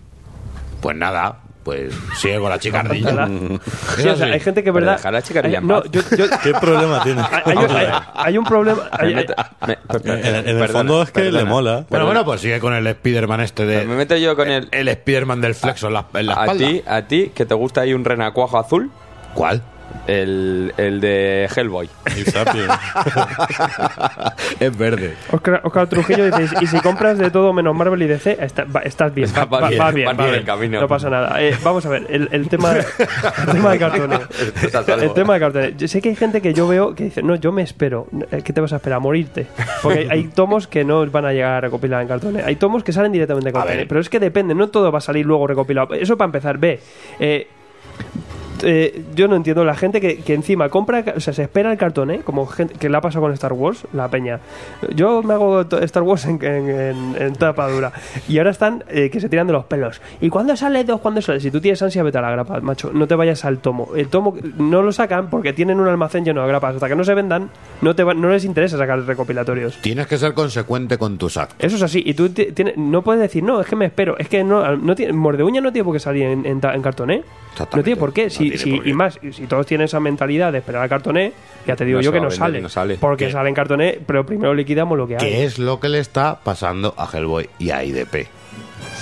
Pues nada, pues sigue con
[LAUGHS]
la chicardilla.
mm.
Sí, o sea, hay gente que,
Pero
verdad.
dejar a la chicarilla
hay-
en
no,
paz.
yo,
[LAUGHS]
yo-
¿Qué problema
Ah,
tiene?
hay, hay- hay- hay un problema. hay-
Me
hay-
meto- me-
[LAUGHS] En- en el
ah, perdona,
fondo es que
perdona. Eh, [LAUGHS]
le mola.
Bueno, bueno, pues sigue con el Spiderman este de...
Me meto yo con
Eh,
el...
El Spiderman del flexo en la, en la
a
espalda.
ti, a ti, que te gusta ahí un renacuajo azul,
¿Cuál?
el, el de Hellboy.
Eh.
El sapien.
es [LAUGHS] verde.
Oscar, Oscar Trujillo dice: Y si compras de todo menos Marvel y DC, está- va- estás bien. Va,
Vas
va-
bien,
va bien, va
vas bien
bien.
el camino.
No pasa nada. Eh, vamos a ver, el, el tema, el tema de cartones.
Estás a salvo.
El tema de cartones. Yo sé que hay gente que yo veo que dice: No, yo me espero. Eh, ¿Qué te vas a esperar? ¿A morirte? Porque hay,
[LAUGHS]
hay tomos que no van a llegar a recopilar en cartones. Hay tomos que salen directamente en
A
cartones.
ver.
Pero es que depende, no todo va a salir luego recopilado. Eso para empezar, ve. Eh, eh, yo no entiendo la gente que, que encima compra, o sea, se espera el cartón, ¿eh? Como gente que le ha pasado con Star Wars, la peña. Yo me hago to- Star Wars en, en- en- en tapa dura. Y ahora están eh, que se tiran de los pelos. ¿Y cuándo sale dos? ¿Cuándo sale? Si tú tienes ansia, vete a la grapa, macho. No te vayas al tomo. El tomo no lo sacan porque tienen un almacén lleno de grapas. Hasta que no se vendan, no, te va- no les interesa sacar recopilatorios.
Tienes que ser consecuente con tus actos.
Eso es así. Y tú ti- tienes- no puedes decir, no, es que me espero. Es que no, no tiene, Mordeuña no tiene por qué salir en, en ta- en cartoné.
Exactamente.
No tiene por qué.
No
Si,
tiene
si-
por qué.
Y más, si todos tienen esa mentalidad de esperar a cartoné, ya te digo
No
yo
se
que
va
no
a vender,
sale,
no sale.
Porque
¿Qué?
sale en cartoné, pero primero liquidamos lo que hay.
¿Qué es lo que le está pasando a Hellboy y a IDP?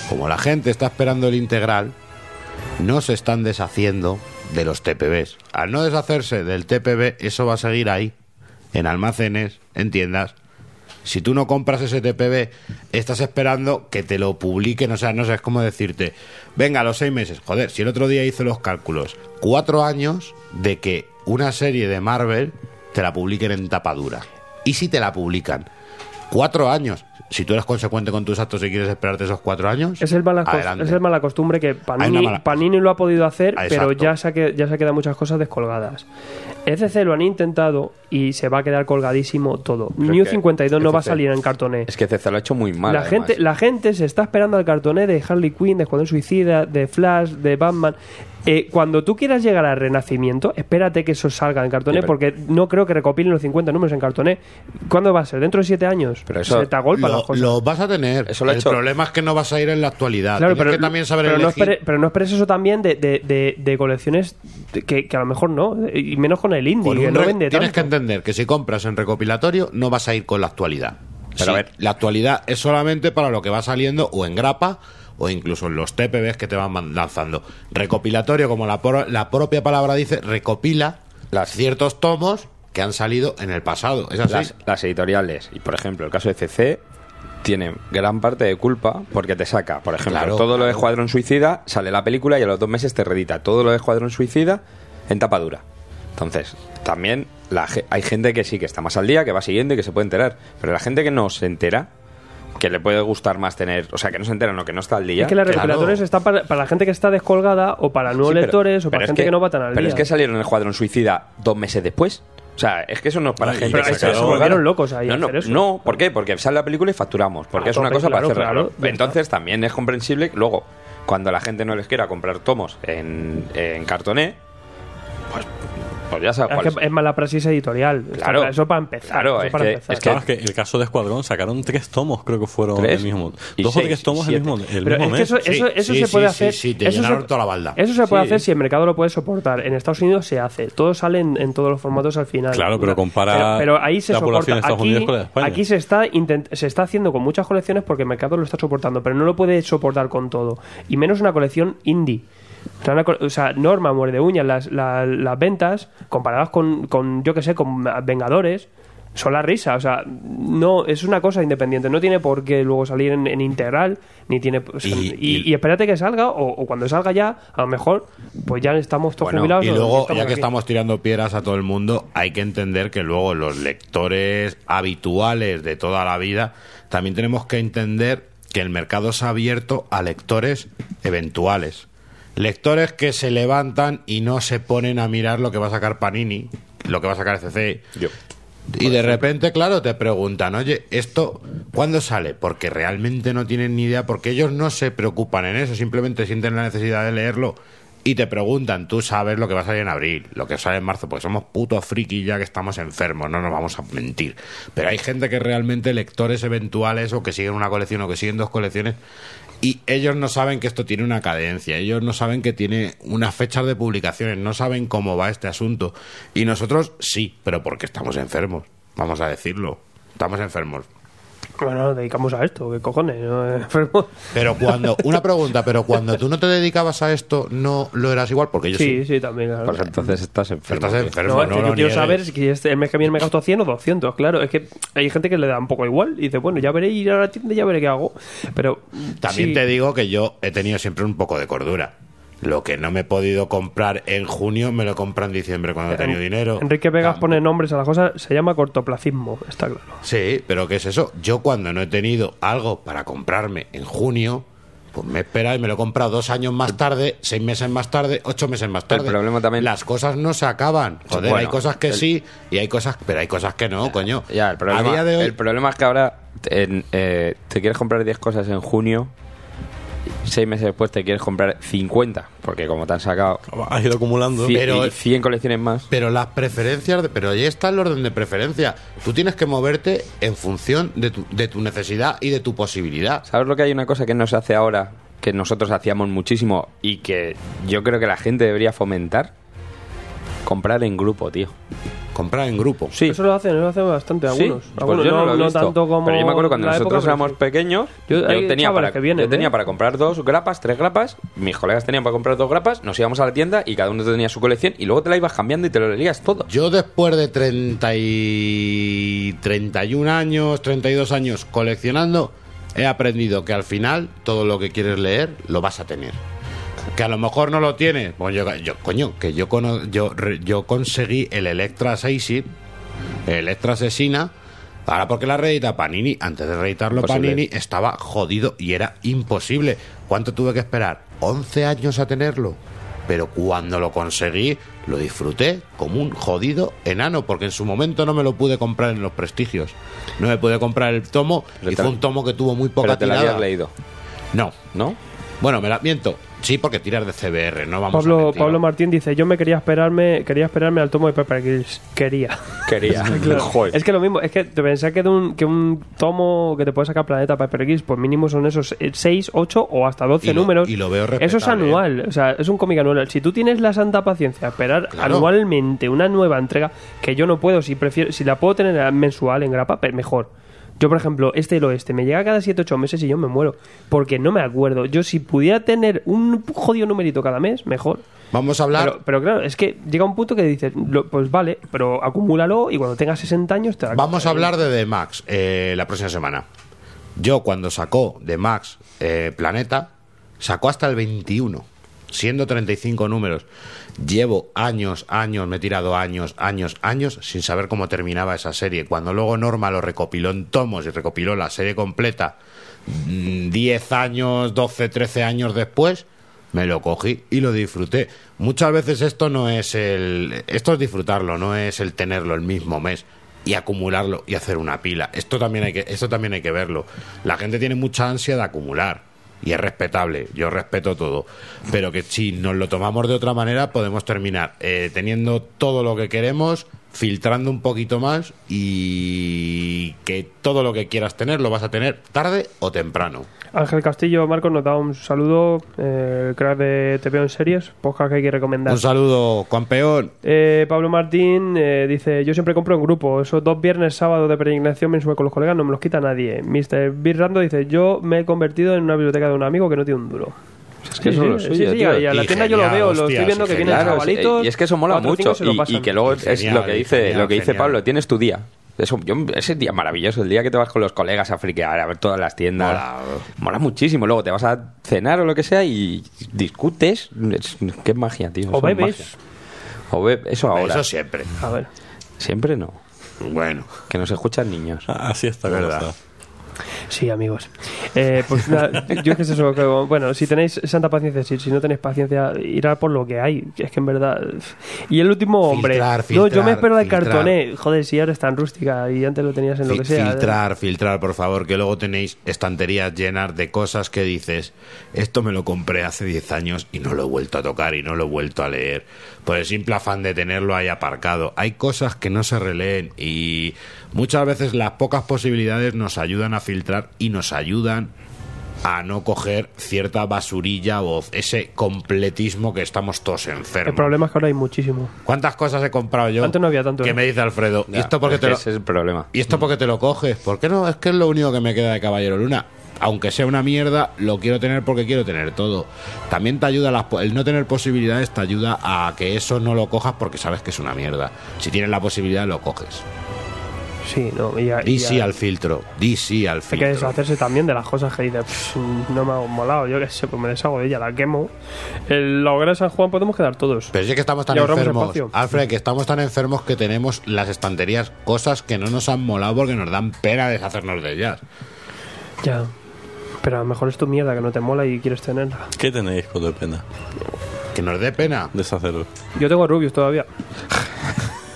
Como la gente está esperando el integral, no se están deshaciendo de los TPBs. Al no deshacerse del TPB, eso va a seguir ahí, en almacenes, en tiendas. Si tú no compras ese TPB, estás esperando que te lo publiquen. O sea, no sé, es como decirte, venga, a los seis meses. Joder, si el otro día hice los cálculos, cuatro años de que una serie de Marvel te la publiquen en tapadura. ¿Y si te la publican? Cuatro años. Si tú eres consecuente con tus actos y quieres esperarte esos cuatro años,
Es el, mala cos-
adelante.
es el mala costumbre que
una
Panini,
mala-
Panini lo ha podido hacer,
Ah,
pero
exacto.
ya se, ha que- ya se quedan muchas cosas descolgadas. ECC lo han intentado y se va a quedar colgadísimo todo.
Pero
New
es que
52 no va a
ECC
salir en cartoné.
Es que CC lo ha hecho muy mal.
la,
además.
gente, la gente se está esperando al cartoné de Harley Quinn, de Escuadrón Suicida, de Flash, de Batman. Eh, cuando tú quieras llegar al renacimiento, espérate que eso salga en cartoné,
Sí, pero-
porque no creo que recopilen los 50 números en cartoné. ¿Cuándo va a ser? ¿Dentro de 7 años?
Pero eso-
se te agolpan las
lo,
cosas.
lo vas a tener.
Eso lo he
el
hecho.
problema es que no vas a ir en la actualidad.
Claro,
Tienes
pero,
que también saber
pero no
elegir.
espere- pero no esperes eso también de, de- de- de colecciones que, que a lo mejor no, y menos con el indie,
Con
que
un
no
re-
vende
tienes
tanto.
que entender que si compras en recopilatorio no vas a ir con la actualidad.
Pero
Sí,
a ver.
La actualidad es solamente para lo que va saliendo o en grapa o incluso en los TPBs que te van man- lanzando. Recopilatorio, como la, por- la propia palabra dice, recopila
Las-
ciertos tomos que han salido en el pasado. Es así.
las, las editoriales, y por ejemplo el caso de CC, tienen gran parte de culpa porque te saca, por ejemplo,
Claro,
todo lo
claro.
de Escuadrón Suicida, sale la película y a los dos meses te redita todo lo de Escuadrón Suicida en tapadura. Entonces, también la, ge- hay gente que sí, que está más al día, que va siguiendo y que se puede enterar, pero la gente que no se entera, que le puede gustar más tener, o sea, que no se entera, no, que no está al día.
Es que los
que-
recopilatorios están para, para la gente que está descolgada o para nuevos
Sí, pero-
lectores o
pero
para
es
gente que, no va tan al
Pero
día.
es que salieron el Escuadrón Suicida dos meses después. O sea, es que eso no es para
Ay,
gente
pero
que
es que
quedó
se
colgada.
volvieron locos ahí a
No, no,
hacer eso.
no, ¿por qué? Porque sale la película y facturamos. Porque
A
es una
tope,
cosa
claro,
para hacer
claro,
regalo.
ya
Entonces también es comprensible que luego, cuando la gente no les quiera comprar tomos en, en cartoné, pues, pues ya sabes
Es
cuál
que
es.
es mala praxis editorial.
Claro.
Eso para empezar.
Claro,
eso
es
para
que-
empezar.
es que-
Claro, es que el caso de Escuadrón sacaron tres tomos, creo que fueron
Tres
el mismo.
y
Dos
seis,
o tres tomos
y
el mismo,
siete.
el
Pero
mismo
es que
mes.
eso, eso,
Sí,
eso
sí,
se puede
sí,
hacer.
sí, te
eso
llenaron
se,
toda la balda.
Eso se puede
Sí.
hacer si el mercado lo puede soportar. En Estados Unidos se hace. Todo sale en, en todos los formatos al final.
Claro, pero compara
Pero, pero ahí se
la población
soporta.
de Estados
aquí,
Unidos con la de España.
aquí se está intent- se está haciendo con muchas colecciones porque el mercado lo está soportando, pero no lo puede soportar con todo. Y menos una colección indie. O sea, una co- o sea, Norma muerde uñas las, la- las ventas comparadas con, con, yo que sé, con Vengadores. Son la risa, o sea, no, es una cosa independiente, no tiene por qué luego salir en, en integral, ni tiene. o sea,
Y-
y,
y-
y espérate que salga, o, o cuando salga ya, a lo mejor, pues ya estamos todos
Bueno,
jubilados.
y
o
luego, ya que
aquí.
estamos tirando piedras a todo el mundo, hay que entender que luego los lectores habituales de toda la vida, también tenemos que entender que el mercado se ha abierto a lectores eventuales. Lectores que se levantan y no se ponen a mirar lo que va a sacar Panini, lo que va a sacar CC.
Yo.
Y de repente, claro, te preguntan, oye, ¿esto cuándo sale? Porque realmente no tienen ni idea, porque ellos no se preocupan en eso, simplemente sienten la necesidad de leerlo y te preguntan, tú sabes lo que va a salir en abril, lo que sale en marzo, porque somos putos friki ya que estamos enfermos, no nos vamos a mentir. Pero hay gente que realmente lectores eventuales o que siguen una colección o que siguen dos colecciones y ellos no saben que esto tiene una cadencia, ellos no saben que tiene unas fechas de publicaciones, no saben cómo va este asunto. Y nosotros sí, pero porque estamos enfermos, vamos a decirlo. Estamos enfermos.
Bueno, nos dedicamos a esto, ¿qué cojones? ¿No? [LAUGHS] Enfermo.
Pero [LAUGHS] cuando, una pregunta, pero cuando tú no te dedicabas a esto, no lo eras igual, porque yo
Sí,
sí.
sí, también, claro.
Pues entonces estás enfermo.
Estás
tío.
enfermo,
No, es que
lo
yo quiero
niegues.
saber si este, el mes que viene me gasto 100 o 200, claro. Es que hay gente que le da un poco igual y dice, bueno, ya veré ir a la tienda y ya veré qué hago. Pero mm,
También
sí,
te digo que yo he tenido siempre un poco de cordura. Lo que no me he podido comprar en junio, me lo compro en diciembre cuando he tenido dinero.
Enrique Vegas
Tam-
pone nombres a las cosas, se llama cortoplacismo, está claro.
Sí, pero ¿qué es eso? Yo cuando no he tenido algo para comprarme en junio, pues me he esperado y me lo he comprado dos años más tarde, seis meses más tarde, ocho meses más tarde.
problema también-
Las cosas no se acaban. Joder,
Bueno,
hay cosas que
el-
sí y hay cosas... Pero hay cosas que no, coño.
Ya, el problema,
A día de hoy...
el problema es que ahora en, eh, te quieres comprar 10 cosas en junio, seis meses después te quieres comprar 50, porque como te han sacado
Has ido acumulando.
cien-
pero-
y 100 colecciones más.
Pero las preferencias, de- pero ahí está el orden de preferencia. Tú tienes que moverte en función de tu, de tu necesidad y de tu posibilidad.
¿Sabes lo que hay una cosa que no se hace ahora, que nosotros hacíamos muchísimo y que yo creo que la gente debería fomentar? Comprar en grupo, tío.
comprar en grupo.
Sí.
Eso lo hacen, eso lo hacen bastante
Sí,
algunos.
pues
algunos
yo no,
no,
lo he
no
visto.
tanto como.
Pero yo me acuerdo cuando
la
nosotros
época, pero
éramos
sí.
pequeños,
Yo-
yo,
hay
tenía,
chavales
para,
que vienen,
yo tenía
¿eh?
para comprar dos grapas, tres grapas, mis colegas tenían para comprar dos grapas, nos íbamos a la tienda y cada uno tenía su colección y luego te la ibas cambiando y te lo leías todo.
Yo después de 30 y 31 años, 32 años coleccionando, he aprendido que al final todo lo que quieres leer lo vas a tener. Que a lo mejor no lo tienes. Bueno, yo, yo- coño, que yo, cono- yo, re- yo conseguí el Electra Assassin, el Electra Asesina, ahora porque la reedita Panini, antes de reeditarlo
Imposible.
Panini, estaba jodido y era imposible. ¿Cuánto tuve que esperar? 11 años a tenerlo. Pero cuando lo conseguí, lo disfruté como un jodido enano, porque en su momento no me lo pude comprar en los prestigios. No me pude comprar el tomo,
Pero
y
te-
fue un tomo que tuvo muy
Pero
poca
te la
tirada.
habías leído,
No.
¿no?
Bueno, me la miento. Sí, porque tiras de CBR, no vamos a
Pablo,
mentir.
Pablo Martín dice: Yo me quería esperarme quería esperarme al tomo de Pepper Grills. Quería. [LAUGHS]
Quería.
[LAUGHS]
Joder.
Es que lo mismo, es que te pensé que, de un, que un tomo que te puede sacar Planeta Pepper Grills, pues mínimo son esos 6, 8 o hasta 12
Y lo-
números.
y lo veo
Eso es
respetable, ¿eh?
anual, o sea, es un cómic anual. Si tú tienes la santa paciencia de esperar
Claro.
anualmente una nueva entrega, que yo no puedo, si prefiero si la puedo tener mensual en grapa, pe- mejor. Yo, por ejemplo, este y el oeste, me llega cada 7, 8 meses y yo me muero, porque no me acuerdo. Yo, si pudiera tener un jodido numerito cada mes, mejor.
Vamos a hablar.
Pero, pero claro, es que llega un punto que dices, lo- pues vale, pero acumúlalo y cuando tengas 60 años te la
Vamos a hablar de The Max eh, la próxima semana. Yo, cuando sacó The Max eh, Planeta, sacó hasta el 21, siendo 35 números. Llevo años, años, me he tirado años, años, años sin saber cómo terminaba esa serie. Cuando luego Norma lo recopiló en tomos y recopiló la serie completa mm, 10 años, 12, 13 años después, me lo cogí y lo disfruté. Muchas veces esto no es el. Esto es disfrutarlo, no es el tenerlo el mismo mes y acumularlo y hacer una pila. Esto también hay que, esto también hay que verlo. La gente tiene mucha ansia de acumular. Y es respetable, yo respeto todo. Pero que si nos lo tomamos de otra manera, podemos terminar eh, teniendo todo lo que queremos, filtrando un poquito más y que todo lo que quieras tener lo vas a tener tarde o temprano.
Ángel Castillo, Marcos, nos da un saludo. eh, el crack de Te veo en series, podcast que hay que recomendar.
Un saludo, campeón.
Eh, Pablo Martín eh, dice: Yo siempre compro en grupo. Esos dos viernes, sábados de peregrinación mensual con los colegas no me los quita nadie. Mr. Birrando dice: Yo me he convertido en una biblioteca de un amigo que no tiene un duro.
Es que
Sí,
eso
sí,
es lo
sí,
suyo,
sí,
tío.
y a la
Y
tienda yo lo
genial,
veo, lo
hostia,
estoy viendo
sí,
que vienen
genial.
Claro, sí,
chavalitos.
y es que eso mola
cuatro o cinco
mucho.
se lo
Y, y
pasan.
que luego es
Genial,
lo que dice,
genial,
lo que dice
genial.
Pablo, tienes tu día. Eso, yo- ese día maravilloso, el día que te vas con los colegas a friquear, a ver todas las tiendas.
Mola.
Mola muchísimo. Luego te vas a cenar o lo que sea y discutes. Es- qué magia, tío.
O
eso es
bebes.
magia. O be- Eso ahora.
Eso siempre.
A ver.
Siempre no.
Bueno,
Que nos escuchan niños.
Ah, Así está, como
Verdad.
está.
Sí, amigos. Eh, pues nada, yo es que es eso. que, bueno, si tenéis santa paciencia, si, si no tenéis paciencia, ir a por lo que hay. Es que en verdad. Y el último hombre.
Filtrar,
no, yo me
filtrar,
espero de
filtrar.
cartoné. Joder, si ahora es tan rústica y antes lo tenías en lo
Fi-
que sea. eh,
filtrar, filtrar, por favor, que luego tenéis estanterías llenas de cosas que dices, esto me lo compré hace 10 años y no lo he vuelto a tocar y no lo he vuelto a leer, por el simple afán de tenerlo ahí aparcado. Hay cosas que no se releen y muchas veces las pocas posibilidades nos ayudan a filtrar y nos ayudan a no coger cierta basurilla o ese completismo que estamos todos
El
enfermos.
problema es que ahora hay muchísimo.
¿Cuántas cosas he comprado yo?
Antes no había tanto,
Que
¿eh?
me dice Alfredo, ¿y
Ya,
esto porque
es
te
que
lo-
Ese es el problema.
¿Y esto porque te lo coges? ¿Por qué no? Es que es lo único que me queda de Caballero Luna. Aunque sea una mierda, lo quiero tener porque quiero tener todo. También te ayuda las po- el no tener posibilidades, te ayuda a que eso no lo cojas porque sabes que es una mierda. Si tienes la posibilidad, lo coges.
Sí, no. Y, a-
Di
y
sí
a-
al filtro, di sí al
Hay que
filtro.
deshacerse también de las cosas que dices, "Pff, no me ha molado, yo qué sé, pues me deshago de ella, la quemo. El, la hoguera de San Juan podemos quedar todos.
Pero sí que estamos tan
Y ahorramos
enfermos,
espacio.
Alfred, que estamos tan enfermos que tenemos las estanterías cosas que no nos han molado porque nos dan pena deshacernos de ellas.
Ya. Pero a lo mejor es tu mierda que no te mola y quieres tenerla.
¿Qué tenéis, hijo de pena?
Que nos dé pena.
Deshaceros.
Yo tengo a Rubius todavía.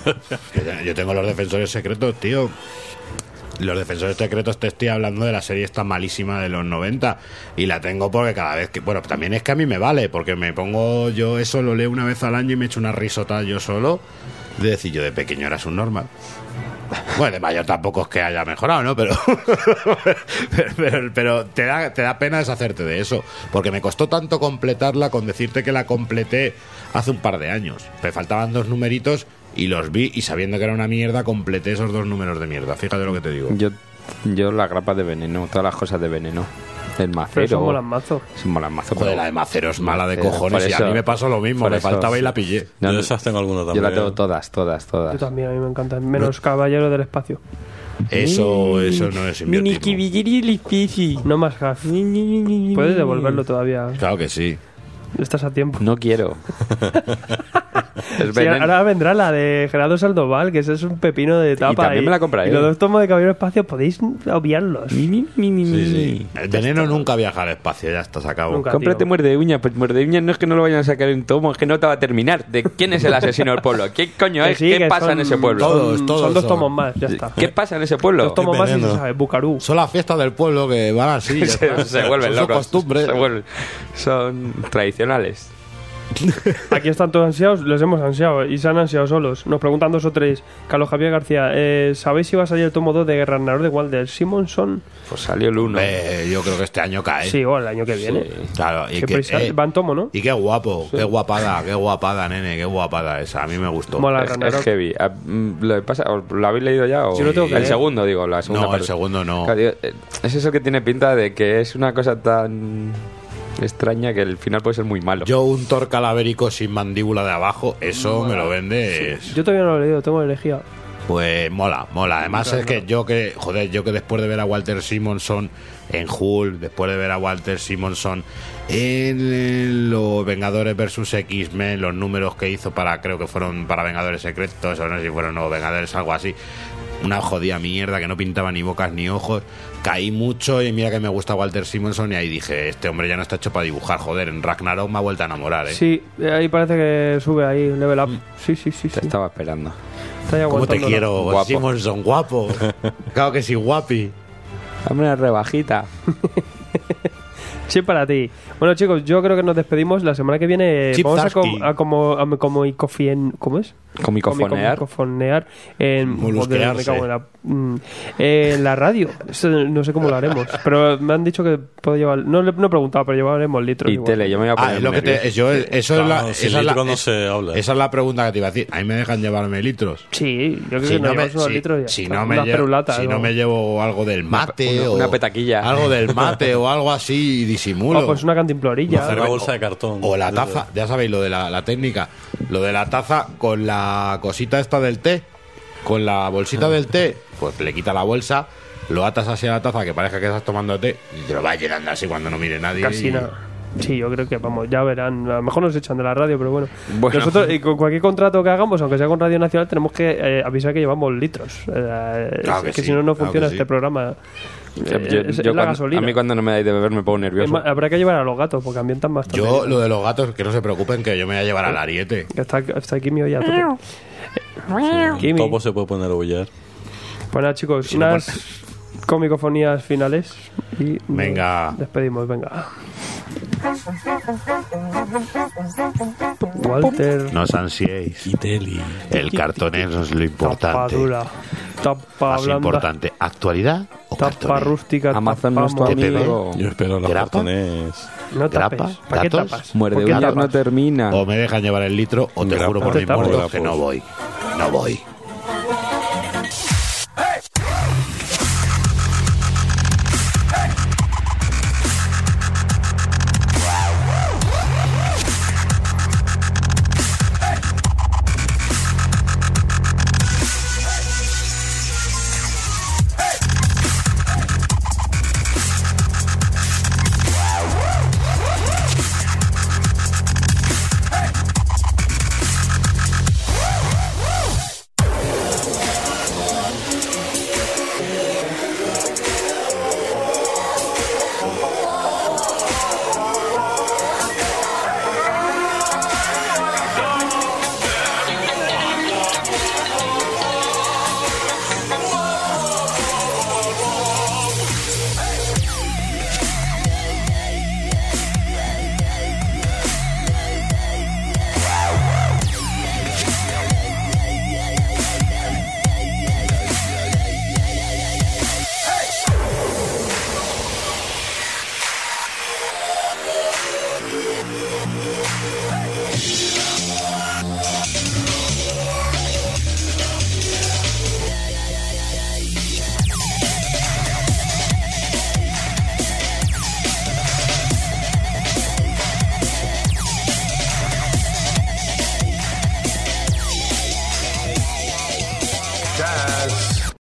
Yo te- Yo tengo los defensores secretos, tío. Los defensores secretos te estoy hablando de la serie esta malísima de los 90 y la tengo porque cada vez que... Bueno, también es que a mí me vale, porque me pongo... Yo eso lo leo una vez al año y me echo una risota yo solo de decir yo de pequeño era subnormal. Bueno, de mayor tampoco es que haya mejorado, ¿no? Pero, [LAUGHS] pero, pero- pero te, da, te da pena deshacerte de eso. Porque me costó tanto completarla con decirte que la completé hace un par de años. Me faltaban dos numeritos y los vi y sabiendo que era una mierda completé esos dos números de mierda. Fíjate lo que te digo.
Yo, yo las grapas de veneno, todas las cosas de veneno. El macero.
Pero eso mola mazo.
Sí, molan mazo.
Joder,
pero-
la de Macero es mala de
Macero,
cojones
eh, por
y a
eso-
mí me pasó lo mismo,
por
me
eso-
faltaba y la pillé.
No, no,
yo de esas tengo algunas
yo
también.
la tengo todas, todas,
Yo
todas.
también, a mí me encanta. Menos Caballero del Espacio.
Eso, eso no es invertir.
No más half. Puedes devolverlo todavía.
Claro que sí.
Estás a tiempo.
No
[LAUGHS]
quiero. es
Sí,
veneno.
ahora vendrá la de Gerardo Sandoval, que ese es un pepino de tapa.
también me la ¿eh? compraré.
Y los dos tomos de Caballero del Espacio podéis obviarlos.
Sí, sí. El veneno nunca viaja al espacio, ya está, se acabó.
Nunca.
Cómprate
tío.
muerde uña, pues muerde uña no es que no lo vayan a sacar en tomo, es que no te va a terminar. ¿De quién es el asesino del pueblo? ¿Qué coño
Que
es?
sí,
¿Qué
que
pasa
son-
en ese pueblo?
Todos,
son-
todos
Son dos
son.
tomos más, ya está.
¿Qué pasa en ese pueblo?
Dos tomos más y se
veneno.
sabe. Bucarú.
Son las fiestas del pueblo que van así. ya
[LAUGHS] se,
está.
se vuelven
Son sus
locos.
costumbres.
Se vuelven- son tradicionales.
Aquí están todos ansiados, los hemos ansiado y se han ansiado solos. Nos preguntan dos o tres. Carlos Javier García, eh, ¿sabéis si va a salir el tomo 2 de Guerra Narro de Walder Simonson?
Pues salió el uno.
Eh, yo creo que este año cae.
Sí, o el año que viene.
Claro, y
Qué
que,
prisa-
eh,
va en tomo, ¿no?
y qué guapo, qué guapada, qué guapada, nene, qué guapada esa. A mí me gustó.
Mola
Es,
Ragnarok.
es heavy. Ah, mm, ¿Lo, que pasa, ¿os ¿Lo habéis leído ya? O
Yo lo tengo que
el
leer.
segundo, digo. La segunda
No, el
parte.
segundo
Oh.
no.
Claro, digo, eh, es eso que tiene pinta de que es una cosa tan extraña que el final puede ser muy malo.
Yo un Thor calavérico sin mandíbula de abajo, eso me lo vendes.
Yo todavía no lo he leído, tengo elegía.
Pues mola, mola. Además es que yo que, joder, yo que después de ver a Walter Simonson en Hulk, después de ver a Walter Simonson en eh, los Vengadores versus X-Men, los números que hizo para, creo que fueron para Vengadores Secretos, o no sé si fueron nuevos Vengadores, algo así. Una jodida mierda que no pintaba ni bocas ni ojos. Caí mucho y mira que me gusta Walter Simonson y ahí dije, este hombre ya no está hecho para dibujar, joder, en Ragnarok me ha vuelto a enamorar, ¿eh?
Sí, eh, ahí parece que sube ahí, level up. Sí, sí, sí. sí.
Te estaba esperando.
Está ahí
Mm. ¿Cómo te
aguantándolo.
quiero,
Guapo.
Simonson? Guapo. claro que sí, guapi.
Dame una rebajita.
Sí, para ti. Bueno, chicos, yo creo que nos despedimos. La semana que viene eh,
Chip
vamos a,
Zdarsky.
com- a como a como icofien- ¿Cómo es?
Comicofonear.
Comicofonear en,
Molusquearse.
joder, me cago en la, mm, eh, en la radio. [LAUGHS] Eso No sé cómo lo haremos, pero me han dicho que puedo llevar. No, le- no he preguntado, pero llevaremos litros.
Y
igual.
tele, yo me voy a
Ah,
poner
es lo que te,
nervioso.
yo, eso es la,
Claro, sin
esa es la-
litros no
es-
se habla.
Esa es la pregunta que te iba a decir. A mí me dejan llevarme litros.
Sí, yo creo
Si
que nos
no me,
llevamos unos
si-
litros ya.
si
está.
no me
Unas
llevo-
perulatas, Ah,
si
algo.
no me llevo algo del mate
una-
o
una petaquilla.
Algo del mate o algo
[LAUGHS]
así y disimulo.
O pues una cantimplorilla.
Una
Una
cerveza.
bolsa de cartón.
O la taza, ya sabéis lo de la, la técnica, lo de la taza con la cosita esta del té, con la bolsita del té, pues le quita la bolsa, lo atas hacia la taza que parezca que estás tomando té y te lo vas llenando así cuando no mire nadie.
Casi
y-
nada. Sí, yo creo que vamos, ya verán. A lo mejor nos echan de la radio, pero bueno.
Bueno.
Nosotros, y con cualquier contrato que hagamos, aunque sea con Radio Nacional, tenemos que eh, avisar que llevamos litros. Eh,
Claro
es
que
que,
sí,
si no, no
claro
funciona
que sí.
este programa.
Yo-
Eh,
yo-
es-
yo
es la
cuando-
gasolina.
A mí cuando no me dais de beber me pongo
Es
nervioso.
más, habrá que llevar a los gatos porque ambientan bastante.
Yo lo de los gatos, que no se preocupen, que yo me voy a llevar al ariete.
Que Está, está Kimi hoy a tope.
Un
Kimi.
topo se puede poner a bullar.
Pues nada, chicos, unas comicofonías finales. Y nos
Venga.
despedimos, venga. Walter.
No os ansiéis.
Kiteli.
El cartonero es lo
Tapa
importante.
dura. Tapa
Más
blanda.
importante, actualidad o
Tapa
cartonero.
rústica.
Amazon
tapa
no es tu
móvil.
TPB.
amigo.
Yo espero los
¿Grapa?
cartones.
No tapes.
Grapa,
¿Para qué
datos,
tapas?
Muerde
¿Por qué
uñas no
tapas?
termina.
O me dejan llevar el litro o te
Grapa,
juro por mis
grapa.
muertos que
Grapos.
no voy. No voy.
ride.